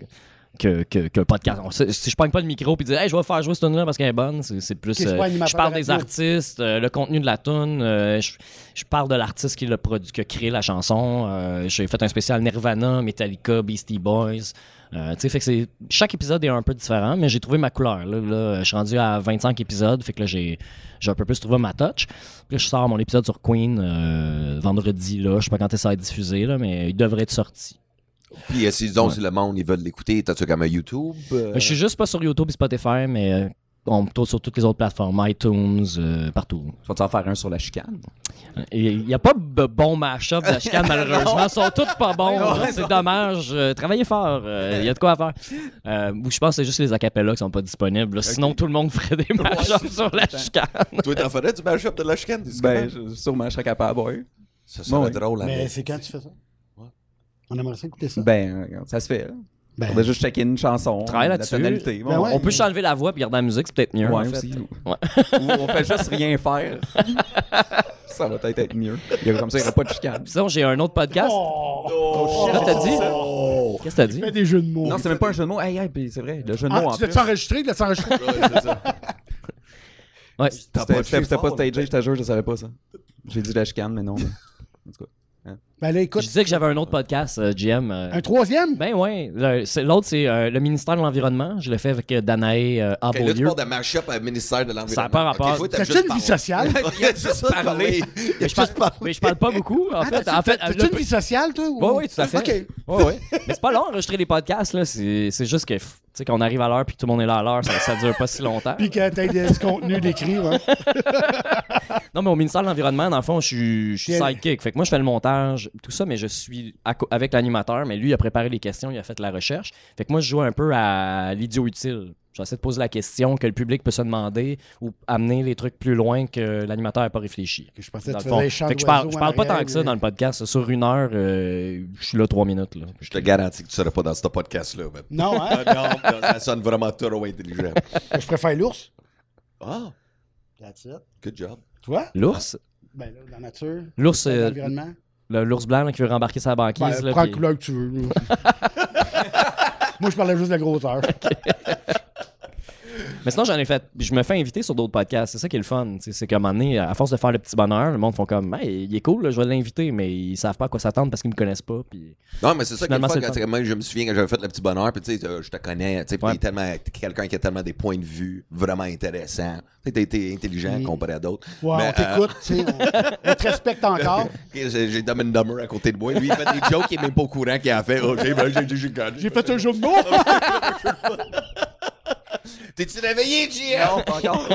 S2: que, que, que podcast. On- si si je pogne pas le micro puis dis Hey, je vais faire jouer cette tune-là parce qu'elle est bonne, c'est c'est plus. euh,
S4: Ok, c'est pas animateur
S2: je parle
S4: de
S2: des
S4: radio.
S2: artistes, euh, le contenu de la tune. euh, je, je parle de l'artiste qui, le produit, qui a créé la chanson. euh, J'ai fait un spécial Nirvana, Metallica, Beastie Boys. Euh, tu sais, fait que c'est- chaque épisode est un peu différent, mais j'ai trouvé ma couleur. Là, Là, je suis rendu à 25 épisodes, fait que là, j'ai j'ai un peu plus trouvé ma touch. Puis là, je sors mon épisode sur Queen euh, vendredi, là. Je sais pas quand ça va être diffusé, là, mais il devrait être sorti.
S1: Puis euh, si, disons, si le monde, ils veulent l'écouter, t'as-tu comme un YouTube? euh,
S2: Euh, Je suis juste pas sur YouTube et Spotify, mais euh, on me trouve sur toutes les autres plateformes, iTunes, euh, partout.
S3: Tu vas en faire un sur la chicane?
S2: Il n'y a pas de bon mash-up de la chicane, malheureusement. Ils sont tous pas bons. là. c'est dommage. Euh, travaillez fort. Euh, Il y a de quoi à faire. Euh, ou je pense que c'est juste les acapellas qui sont pas disponibles. là. Sinon, tout le monde ferait des mash-ups sur la chicane.
S1: Toi, t'en ferais du mashup de la chicane? t'es-tu
S3: Ben,
S1: capable?
S3: je- sûrement, je serais capable. ouais.
S1: ça serait
S3: ouais.
S1: drôle.
S4: Mais
S1: hein.
S4: Ben, c'est quand tu fais ça? On aimerait ça écouter ça.
S3: Ben, regarde, ça se fait. Là.
S4: Ben.
S3: On va juste checker une chanson.
S2: Travaille
S3: la
S2: là-dessus.
S3: tonalité.
S4: Ben ouais.
S2: On peut juste enlever la voix et garder la musique, c'est peut-être mieux. hein,
S3: Ouais,
S2: en fait.
S3: aussi.
S2: Ouais.
S3: Ou on fait juste rien faire. ça va peut-être être mieux. Il y a- Comme ça, il n'y aura pas de chicane.
S2: Sinon, j'ai un autre podcast. Qu'est-ce
S4: Oh!
S2: que Oh, t'as dit? Qu'est-ce que t'as dit?
S4: Fais des jeux de mots.
S3: Non, c'est même pas un jeu de mots. Hey, hey, puis c'est vrai, le jeu de mots
S4: Ah,
S3: en
S4: tu
S3: plus.
S4: l'as-tu enregistré? Tu l'as-tu enregistré?
S2: Ouais.
S1: T'as
S3: C'était
S1: punché
S3: c'était- c'était pas
S1: fort, là.
S3: stagé, je te jure, je savais pas ça. J'ai dit la chicane, mais non. mais- En tout cas.
S4: Ben là,
S2: Je
S4: écoute,
S2: disais que j'avais un autre podcast, euh, GM. euh,
S4: un troisième?
S2: ben ouais. Le- c'est- L'autre, c'est euh, le ministère de l'Environnement. Je l'ai fait avec euh, Danae euh,
S1: Ok, là, tu
S2: Abolieu.
S1: parles de mashup à ministère de l'Environnement.
S2: Ça a pas rapport.
S1: Ok, toi, t'as
S4: T'as-tu
S1: juste
S4: une vie
S1: parlé.
S4: sociale?
S1: Il a juste parlé. Il a
S2: Mais je, parle,
S1: juste parlé.
S2: mais je parle pas beaucoup, en
S4: Ah,
S2: fait.
S4: t'as-
S2: En fait,
S4: t'as-tu
S2: là,
S4: une vie sociale, toi?
S2: Ouais, ouais, tout à fait.
S4: OK.
S2: Ouais, ouais. Mais c'est pas long, enregistrer les podcasts, là. C'est c'est juste que, tu sais, qu'on arrive à l'heure puis que tout le monde est là à l'heure, ça, ça dure pas si longtemps.
S4: Puis que t'as des- du contenu d'écrit, ouais.
S2: Non, mais au ministère de l'Environnement, dans le fond, je suis, je suis
S4: Quel-
S2: sidekick. Fait que moi, je fais le montage, tout ça, mais je suis à co- avec l'animateur, mais lui, il a préparé les questions, il a fait la recherche. Fait que moi, je joue un peu à l'idiot utile. J'essaie de poser la question que le public peut se demander ou amener les trucs plus loin que l'animateur n'a pas réfléchi.
S4: Je pensais
S2: dans
S4: que
S2: le
S4: tu
S2: fond.
S4: faisais chant
S2: Fait que je parle,
S4: d'oiseau
S2: je
S4: en
S2: parle pas
S4: arrière,
S2: tant que ça
S4: mais-
S2: dans le podcast. Sur une heure, euh, je suis là trois minutes. Là.
S1: Je te garantis que tu serais pas dans ce podcast-là. man.
S4: Non, hein?
S1: Ah, non, non, ça sonne vraiment thorough intelligent.
S4: Je préfère l'ours.
S1: Ah,
S4: That's it.
S1: good job.
S4: Toi?
S2: L'ours?
S4: Ben là, dans la nature,
S2: L'ours,
S4: dans
S2: euh,
S4: l'environnement.
S2: le- l'ours blanc là, qui veut rembarquer sa banquise.
S4: Ben,
S2: là,
S4: prends la
S2: puis-
S4: couleur que tu veux. Moi, je parlais juste de la grosseur.
S2: Mais sinon, j'en ai fait. Je me fais inviter sur d'autres podcasts. C'est ça qui est le fun. tu sais. C'est comme, un moment donné, à force de faire le petit bonheur, le monde font comme, hey, il est cool, là, je vais l'inviter, mais ils savent pas à quoi s'attendre parce qu'ils me connaissent pas. Puis...
S1: Non, mais c'est ça qui est le
S2: Finalement,
S1: fun,
S2: c'est le
S1: quand
S2: fun.
S1: tu- moi, je me souviens que j'avais fait le petit bonheur, puis tu sais, euh, je te connais, tu sais, puis
S2: Ouais.
S1: t'es tellement quelqu'un qui a tellement des points de vue vraiment intéressants. Tu sais, t'as été intelligent comparé à d'autres.
S4: Ouais,
S1: Mais,
S4: on t'écoute, tu sais, on, on te respecte encore.
S1: euh, j'ai j'ai Dumb and Dumber à côté de moi. Lui, il fait des jokes, il est même pas au courant qu'il a fait. Oh, j'ai j'ai- j'ai- j'ai gagné.
S4: J'ai fait un jeu de mots.
S1: T'es-tu réveillé, Gio? Non, pas encore,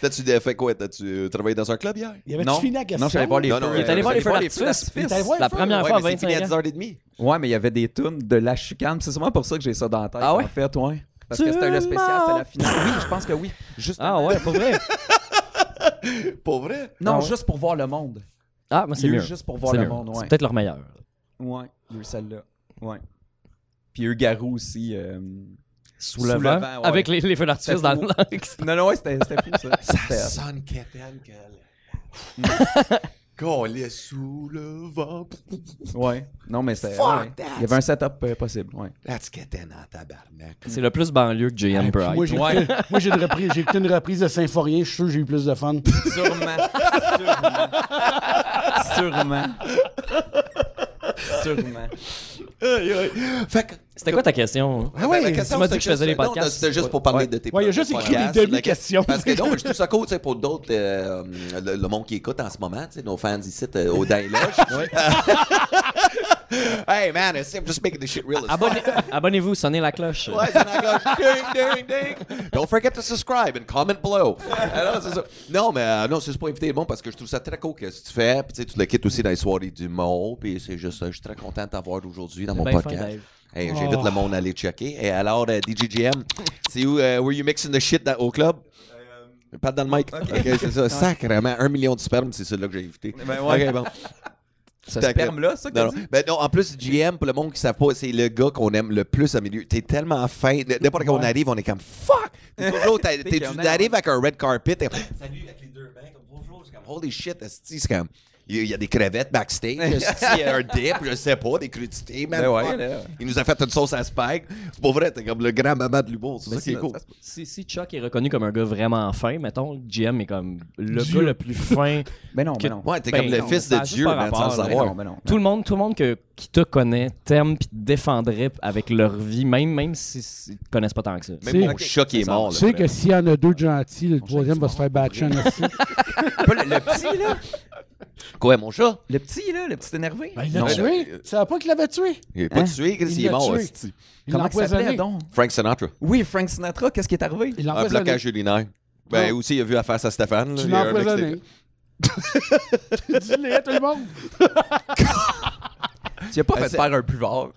S1: T'as-tu dé- fait quoi? T'as-tu euh, travaillé dans un club hier?
S4: Il y avait
S3: Non,
S4: fini la question.
S3: non, je suis allé voir les
S1: Non,
S3: feux.
S1: non,
S3: euh,
S1: il est allé
S3: je
S1: voir
S3: suis
S2: les
S3: allé
S2: feux d'artifice.
S3: feux
S4: Il est allé
S3: d'artifice.
S4: voir
S2: La
S4: les feux.
S2: première
S1: Ouais,
S2: fois à
S1: mais c'est
S2: 25
S1: fini à
S2: ans.
S1: 10h30.
S3: Ouais, mais il y avait des tunes de la chicane. C'est sûrement pour ça que j'ai ça dans la tête.
S2: Ah ouais?
S3: En fait, ouais. Parce
S2: Tu
S3: que c'était le spécial,
S2: m'as-
S3: c'était la finale. Oui, je pense que oui. Juste
S2: Ah ouais, pour vrai?
S1: Pour vrai?
S3: Non,
S2: Ah ouais.
S3: juste pour voir le monde.
S2: Ah, moi,
S3: Il
S2: c'est
S3: y a eu
S2: mieux.
S3: juste pour voir
S2: C'est
S3: le
S2: mieux.
S3: monde, ouais.
S2: C'est peut-être leur meilleur.
S3: Ouais, il y a eu celle-là. Ouais. Puis il y a eu Garou aussi. euh,
S2: Sous le vent.
S3: ouais.
S2: Avec les, les feux d'artifice
S3: C'était
S2: dans
S3: fou.
S2: le lac.
S3: Non, non, ouais, c'était c'était fou ça.
S1: Ça
S3: C'était-
S1: sonne quétaine que Qu'on est sous le vent.
S3: Ouais. Non, mais c'était.
S1: Fuck
S3: ouais.
S1: that.
S3: Il y avait un setup euh, possible, ouais.
S1: That's quétaine en tabarnak.
S2: C'est le plus banlieue que JM Pride.
S4: Moi, j'ai
S3: Ouais.
S4: moi, j'ai une reprise, j'ai écouté une reprise de Symphorien, je suis sûr que j'ai eu plus de fun.
S3: Sûrement. Sûrement. Sûrement. Sûrement.
S1: Aïe, aïe. Fait que.
S2: C'était quoi ta question?
S1: Ah ouais,
S4: ouais,
S1: la question,
S2: tu m'as dit
S1: c'était
S2: que je faisais
S1: juste-
S2: les
S1: non,
S2: podcasts.
S1: C'était juste pour parler
S2: Ouais.
S1: de tes
S4: Ouais, il a juste écrit
S1: podcasts,
S4: des
S1: de la-
S4: demi-questions.
S1: Parce que non, mais je trouve ça cool, tu sais, pour d'autres, euh, le, le monde qui écoute en ce moment, tu sais, nos fans ici euh, au Dain Lodge. hey, man, it's- I'm just making this shit real as fuck.
S2: Abonnez- Abonnez-vous, sonnez la cloche.
S1: Ouais, c'est dans la gauche. Ding, ding, ding. Don't forget to subscribe and comment below. Alors, c'est ça. Non, mais euh, non, c'est juste pour inviter le monde parce que je trouve ça très cool que ce que tu fais. Puis tu sais, tu le quittes aussi dans les soirées du monde. Puis c'est juste, ça. je suis très content de t'avoir aujourd'hui dans mon
S2: bien fin,
S1: podcast.
S2: Dave. Oh.
S1: Hey, J'invite le monde à aller checker. Et alors, euh, DJGM, c'est où, euh, were you mixing the shit dans- au club?
S3: Euh,
S1: Pas dans le mic. Ok, c'est ça. Sacrement. Un million de sperme, c'est celui-là que j'ai invité.
S3: Ben ouais.
S1: Ok, bon.
S5: Ça
S1: Fait que-
S3: sperme-là, c'est ça que t'as
S1: non, non.
S3: dit?
S1: Ben non, en plus, GM, pour le monde qui ne savent pas, c'est le gars qu'on aime le plus au milieu. T'es tellement fin. N- N'importe quand on arrive, on est comme fuck! T'es toujours- t'as- t'es-
S3: qu'on
S1: Tu
S3: aime.
S1: arrives avec un red carpet. t'es comme, Salut avec les deux mains, comme bonjour. C'est comme holy shit, esti, c'est comme. Il y a- il y a des crevettes backstage, esti, il y a un dip, je sais pas, des crudités, man.
S3: Ben ouais,
S1: fuck.
S3: là.
S1: Il nous a fait une sauce à spike. C'est pas vrai, t'es comme le grand maman de l'humour, Ben c'est ça qui est cool.
S2: Si, si Chuck est reconnu comme un gars vraiment fin, mettons, GM est comme le gars le plus fin.
S5: Mais non, mais non.
S1: Ouais, t'es
S2: Ben
S1: comme le
S2: non,
S1: fils
S2: ça
S1: de
S2: a juste
S1: Dieu,
S2: pas
S1: man, sans
S3: Ben
S2: rapport, là.
S1: le
S5: Mais
S1: savoir.
S5: non, mais non.
S2: Tout le monde, tout le monde que, qui te connaît t'aime puis te défendrait avec leur vie, même, même s'ils si, ils te connaissent pas tant que ça.
S1: Même mon
S4: Tu sais-
S1: chat qui est mort,
S4: Tu
S1: là.
S4: sais que s'il y en a deux de gentils, le troisième va se faire battre.
S3: Pas le, le petit, là.
S1: Quoi, mon chat?
S3: Le petit, là, le petit énervé.
S4: Ben, il l'a
S1: Non.
S4: tué. Tu savais pas qu'il l'avait tué.
S1: Il est pas
S3: Hein?
S1: tué, Chris,
S4: Il
S1: il est
S4: l'a
S1: mort,
S4: tué.
S1: esti.
S4: Il l'a
S3: Comment il s'appelait,
S4: empoisonné.
S3: donc?
S1: Frank Sinatra.
S3: Oui, Frank Sinatra, qu'est-ce qui est arrivé?
S4: Il l'a
S1: Un
S4: empoisonné.
S1: Ah,
S4: Oh.
S1: blocage urinaire. Ben, aussi, il a vu affaire à Stéphane. là.
S4: Tu
S1: Il y a
S4: l'as
S1: un mec qui s'est-
S4: empoisonné. Dis-le à tout le monde.
S3: Tu n'as pas
S1: Euh,
S3: fait
S1: c'est-
S3: faire un puvard.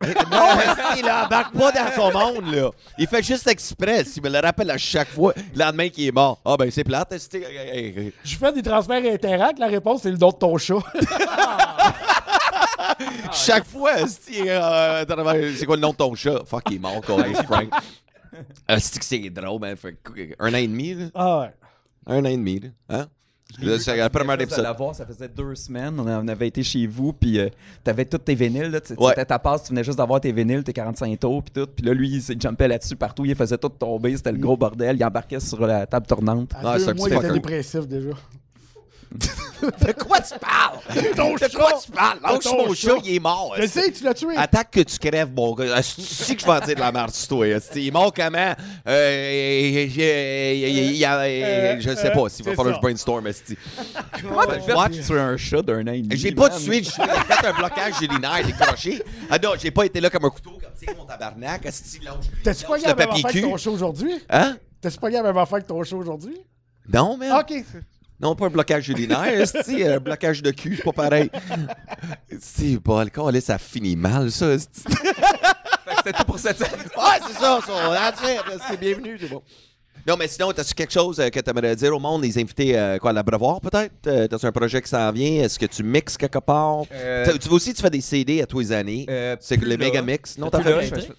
S1: Non, mais il embarque pas dans son monde, là. Il fait juste exprès. Il me le rappelle à chaque fois. Le lendemain qu'il est mort. Ah, ben, c'est plate. est-ce que- hey, hey, hey.
S4: Je fais des transferts interact. La réponse, c'est le don de ton chat. Ah,
S1: Chaque fois, esti, euh, t'en avais- c'est quoi le nom de ton chat? Fuck, il est mort, Colin Frank. Esti que c'est drôle, man. Fait que- euh, Un an et demi, là.
S4: Ah ouais.
S1: Un an et demi, là. Hein? Là, C'est
S3: Quand
S1: le
S3: tu venais
S1: premier
S3: juste de
S1: épisode.
S3: l'avoir, ça faisait deux semaines. On en avait été chez vous, puis euh, t'avais tous tes vinyles. là, tu-
S1: Ouais.
S3: C'était ta passe, tu venais juste d'avoir tes vinyles, tes 45 tours, puis tout. Puis là, lui, il s'est jumpé là-dessus partout. Il faisait tout tomber. C'était le gros bordel. Il embarquait sur la table tournante.
S4: À
S1: Non, c'est
S4: deux
S1: un
S4: mois,
S1: petit
S4: il était
S1: fucker.
S4: dépressif déjà.
S1: De quoi tu parles? De quoi tu parles? Lâche
S4: Ton
S1: mon
S4: chat.
S1: chat, il est mort.
S4: Je le
S1: esti.
S4: sais, tu l'as tué.
S1: Attaque que tu crèves, mon gars. Ah, Tu sais que je vais en dire de la merde sur toi. esti. Il est mort comment? Euh, j'ai- j'ai- j'ai-
S4: euh,
S1: Je sais pas. S'il va falloir
S4: c'est
S1: que
S4: ça.
S1: je brainstorm, esti.
S3: Comment t'as fait
S1: What?
S3: sur un chat d'un an et demi?
S1: J'ai pas
S3: man?
S1: tué. J'ai fait un blocage urinaire, décroché. Ah non, j'ai pas été là comme un couteau, comme tu sais, mon tabarnak. Esti, lâche.
S4: T'as-tu pas
S1: lâche
S4: gagné
S1: le
S4: la même
S1: papier
S4: affaire que
S1: cul.
S4: ton chat aujourd'hui?
S1: Hein?
S4: T'as-tu pas gagné la même affaire que ton chat aujourd'hui?
S1: Non, mais.
S4: Ok.
S1: Non, pas un blocage urinaire, esti, un blocage de cul, c'est pas pareil. C'est pas le corps, là, ça finit mal, ça, esti.
S3: Fait que Ben, C'était tout pour cette semaine.
S1: Ouais, c'est ça, ça, on a fait, c'est bienvenu, c'est bon. Non, mais sinon, t'as-tu quelque chose euh, que t'aimerais dire au monde, les invités, euh, quoi, à l'abreuvoir peut-être? Euh, t'as-tu un projet qui s'en vient? Est-ce que tu mixes quelque part?
S3: Euh,
S1: T'as- Tu vois aussi, tu fais des CD à tous les années.
S3: Euh,
S1: c'est que
S3: plus
S1: les
S3: là.
S1: méga mix. Non,
S3: Plus
S1: t'as fait
S3: là,
S1: un-
S3: je fais-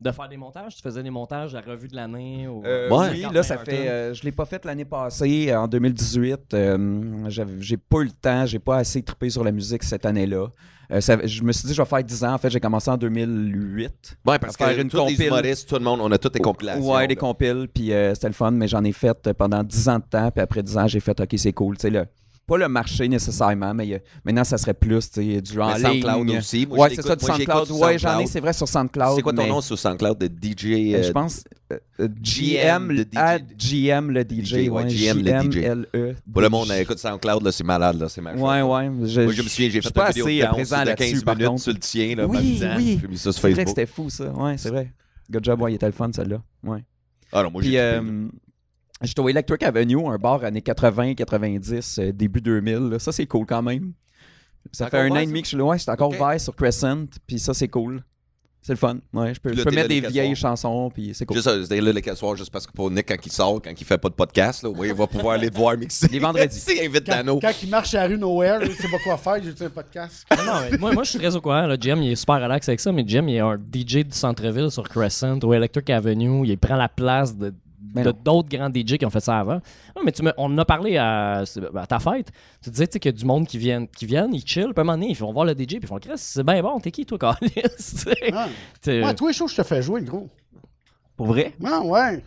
S2: De faire des montages, tu faisais des montages à la revue de l'année. Ou...
S3: Euh,
S1: Ouais.
S3: Oui, là, ça fait. euh, je l'ai pas fait l'année passée, euh, en 2018. euh, j'avais- j'ai pas eu le temps, j'ai pas assez trippé sur la musique cette année-là. Euh, ça- je me suis dit, je vais faire 10 ans. En fait, j'ai commencé en 2008.
S1: Ouais, parce
S3: à
S1: que
S3: faire une
S1: tous les
S3: compile.
S1: humoristes, tout le monde, on a toutes les compilations.
S3: Ouais, des
S1: là.
S3: compiles, puis euh, c'était le fun, mais j'en ai fait euh, pendant 10 ans de temps, puis après 10 ans, j'ai fait, OK, c'est cool, tu sais, le- Pas le marché nécessairement, mais euh, maintenant, ça serait plus, tu sais, du en
S1: Mais
S3: ligne.
S1: SoundCloud aussi. Moi,
S3: ouais,
S1: je
S3: c'est
S1: l'écoute.
S3: ça, du
S1: Moi, j'écoute
S3: SoundCloud.
S1: du
S3: Ouais, j'en ai,
S1: SoundCloud.
S3: c'est vrai, sur SoundCloud.
S1: C'est quoi ton
S3: mais,
S1: nom sur SoundCloud de DJ?
S3: euh,
S1: euh,
S3: je pense euh, euh,
S1: GM,
S3: GM,
S1: le
S3: le
S1: DJ.
S3: à GM le DJ.
S1: DJ, ouais,
S3: ouais,
S1: GM, le DJ.
S3: GMLE.
S1: Pour le monde, euh, écoute SoundCloud, là, c'est malade, là, c'est malade.
S3: E Ouais, ouais.
S1: Moi, je me souviens, j'ai
S3: je suis
S1: fait une
S3: pas
S1: vidéo
S3: assez
S1: de
S3: euh,
S1: danse
S3: présent
S1: de 15
S3: là-dessus, par
S1: minutes
S3: contre.
S1: sur le tien, là,
S3: Oui,
S1: m'amusant.
S3: oui.
S1: J'ai mis ça sur
S3: C'est vrai que
S1: Facebook.
S3: c'était fou, ça. Ouais, c'est vrai. Good job, ouais, il était le fun, celle-là. Ouais.
S1: Ah non, moi, j'ai
S3: Puis,
S1: trippé, là.
S3: euh, j'étais au Electric Avenue, un bar années 80, 90, euh, début 2000. là. Ça, c'est cool quand même. Ça
S1: C'est
S3: fait
S1: encore
S3: un an
S1: ouvert,
S3: et demi que je suis là. Ouais, c'est encore
S1: Ok.
S3: ouvert sur Crescent, puis ça, c'est cool. C'est le fun. Ouais, je peux,
S1: Puis
S3: je
S1: là,
S3: peux
S1: t'es là
S3: mettre des
S1: les
S3: vieilles
S1: quatre
S3: chansons, puis c'est cool.
S1: Juste, euh, c'est là le quatre soirs, juste parce que pour Nick, quand il sort, quand il fait pas de podcast, là, oui, il va pouvoir aller te voir mixer.
S3: Les vendredis.
S1: C'est invite
S4: Quand,
S1: Dano.
S4: quand il marche à la rue Nowhere, il sait pas quoi faire, j'ai tué un podcast.
S2: Non, non, mais moi, moi, je suis très au courant. Là. Jim, il est super relax avec ça, mais Jim, il est un DJ du centre-ville sur Crescent ou Electric Avenue. Il prend la place de de
S3: non.
S2: d'autres grands DJ qui ont fait ça avant. Non, mais tu me, on en a parlé à, à ta fête. Tu disais tu sais, qu'il y a du monde qui viennent, qui viennent, ils chillent, puis à un moment donné, ils vont voir le DJ, puis ils font Chris, c'est bien bon, t'es qui toi, Carlis? Tu sais,
S4: Ah.
S2: t'es- euh,
S4: Ouais, tous les shows, je te fais jouer, gros.
S3: Pour vrai?
S4: Ah ouais.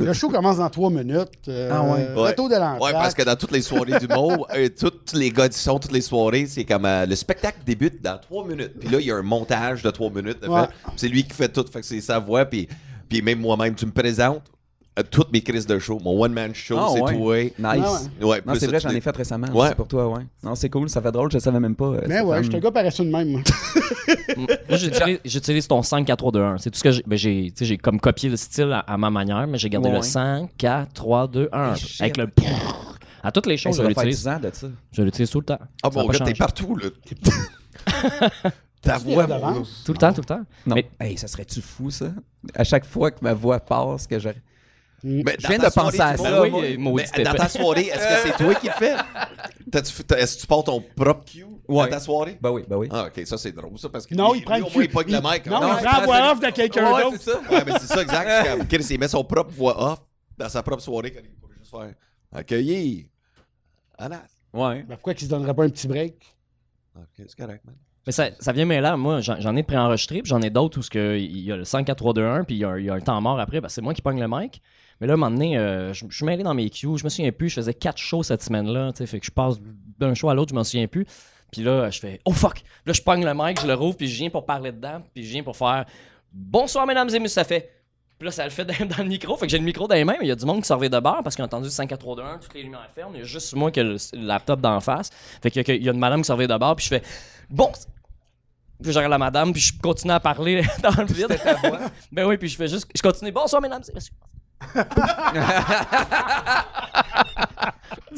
S4: Le show commence dans trois minutes. euh,
S3: Ah ouais.
S1: Ouais.
S4: Retour de l'entrée.
S1: Ouais, parce que dans toutes les soirées du mot, tous les gars qui sont, toutes les soirées, c'est comme euh, le spectacle débute dans trois minutes. Puis là, il y a un montage de trois minutes. de fait.
S4: Ouais.
S1: Puis C'est lui qui fait tout, fait que c'est sa voix. Puis, puis même moi-même, tu me présentes. euh, toutes mes crises de show. Mon one-man show,
S6: Ah,
S1: c'est
S6: ouais.
S1: toi.
S6: Nice.
S1: Ouais,
S6: Non,
S1: plus
S6: c'est
S1: ça,
S6: vrai,
S1: tu
S6: j'en
S1: l'es-
S6: ai fait récemment.
S1: Ouais.
S6: C'est pour toi, ouais. Non, c'est cool, ça fait drôle, je savais même pas. euh,
S4: Mais
S6: cette
S4: ouais,
S6: femme.
S4: je suis un gars paresseux de même. hein. moi.
S2: Moi, j'utilise- j'utilise ton 5, 4, 3, 2, 1. C'est tout ce que j'ai. ben, j'ai, tu sais, j'ai comme copié le style à, à ma manière, mais j'ai gardé le
S6: Ouais.
S2: 5, 4, 3, 2, 1.
S6: shit.
S2: Avec le. À toutes les
S6: Hey,
S2: choses,
S6: ça
S2: je
S6: doit faire
S2: l'utilise.
S6: 10 ans de ça.
S2: Je l'utilise tout le temps.
S1: Ah, mon
S2: Ça va pas
S1: gars, t'es
S2: changer.
S1: partout, là. Ta
S4: Tu viens
S1: voix,
S4: d'avance.
S1: mon gars.
S2: Tout le temps, tout le temps.
S6: Non.
S2: Mais-
S6: Hey, ça serait-tu fou, ça? À chaque fois que ma voix passe, que je.
S1: Mais
S6: Je
S1: Ben, dans
S6: viens
S1: ta
S6: de penser
S1: soirée,
S6: à
S1: tu
S6: ça,
S1: vas-
S4: Ben
S6: moi.
S1: Mais
S2: maudite
S1: dans ta
S2: épée.
S1: soirée, est-ce que c'est toi qui le fais? T'as-tu fait- t'as- Est-ce que tu portes ton propre cue dans
S6: Ouais.
S1: ta soirée?
S6: Ben oui, ben oui.
S1: Ah, ok, ça c'est drôle, ça, parce que.
S4: Non,
S1: lui-
S4: il prend
S1: lui,
S4: le
S1: au moins, il
S4: cul.
S1: pogne le mic.
S4: Non,
S1: hein.
S4: il prend la voix off de quelqu'un
S6: Ouais,
S4: d'autre.
S6: c'est ça.
S1: Ouais, mais c'est ça, exact. Je suis comme, Chris, il met son propre voix off dans sa propre soirée quand il pourrait juste faire accueilli. Anas.
S6: Ouais.
S4: Ben, pourquoi qu'il se donnerait pas un petit break?
S1: Ok, c'est correct, man.
S2: Mais ça, ça vient mêler. à Moi, j'en j'en ai de préenregistré, puis j'en ai d'autres où ce que il y a le 5, 4, 3, 2, 1, puis il y, a un- il y a un temps mort après, parce que c'est moi qui pogne le mic. Mais là, à un moment donné, euh, je je suis mêlé dans mes cues, je me souviens plus, je faisais quatre shows cette semaine-là, tu sais, fait que je passe d'un show à l'autre, je m'en souviens plus. Puis là, je fais « Oh fuck! » Là, je pogne le mic, je le rouvre, puis je viens pour parler dedans, puis je viens pour faire « Bonsoir, mesdames et messieurs, ça fait... » Puis là, ça le fait dans, dans le micro, fait que j'ai le micro dans les mains, mais il y a du monde qui servait de bord parce qu'ils ont entendu 5, 4, 3, 2, 1, toutes les lumières fermes, il y a juste moi qui a le, le laptop d'en face. Fait qu'il y a, qu'il y a une madame qui servait de bord, puis je fais « Bon... » Puis je regarde la madame, puis je continue à parler dans le vide. ben oui, puis je fais juste... Je continue « Bonsoir, mesdames et messieurs. »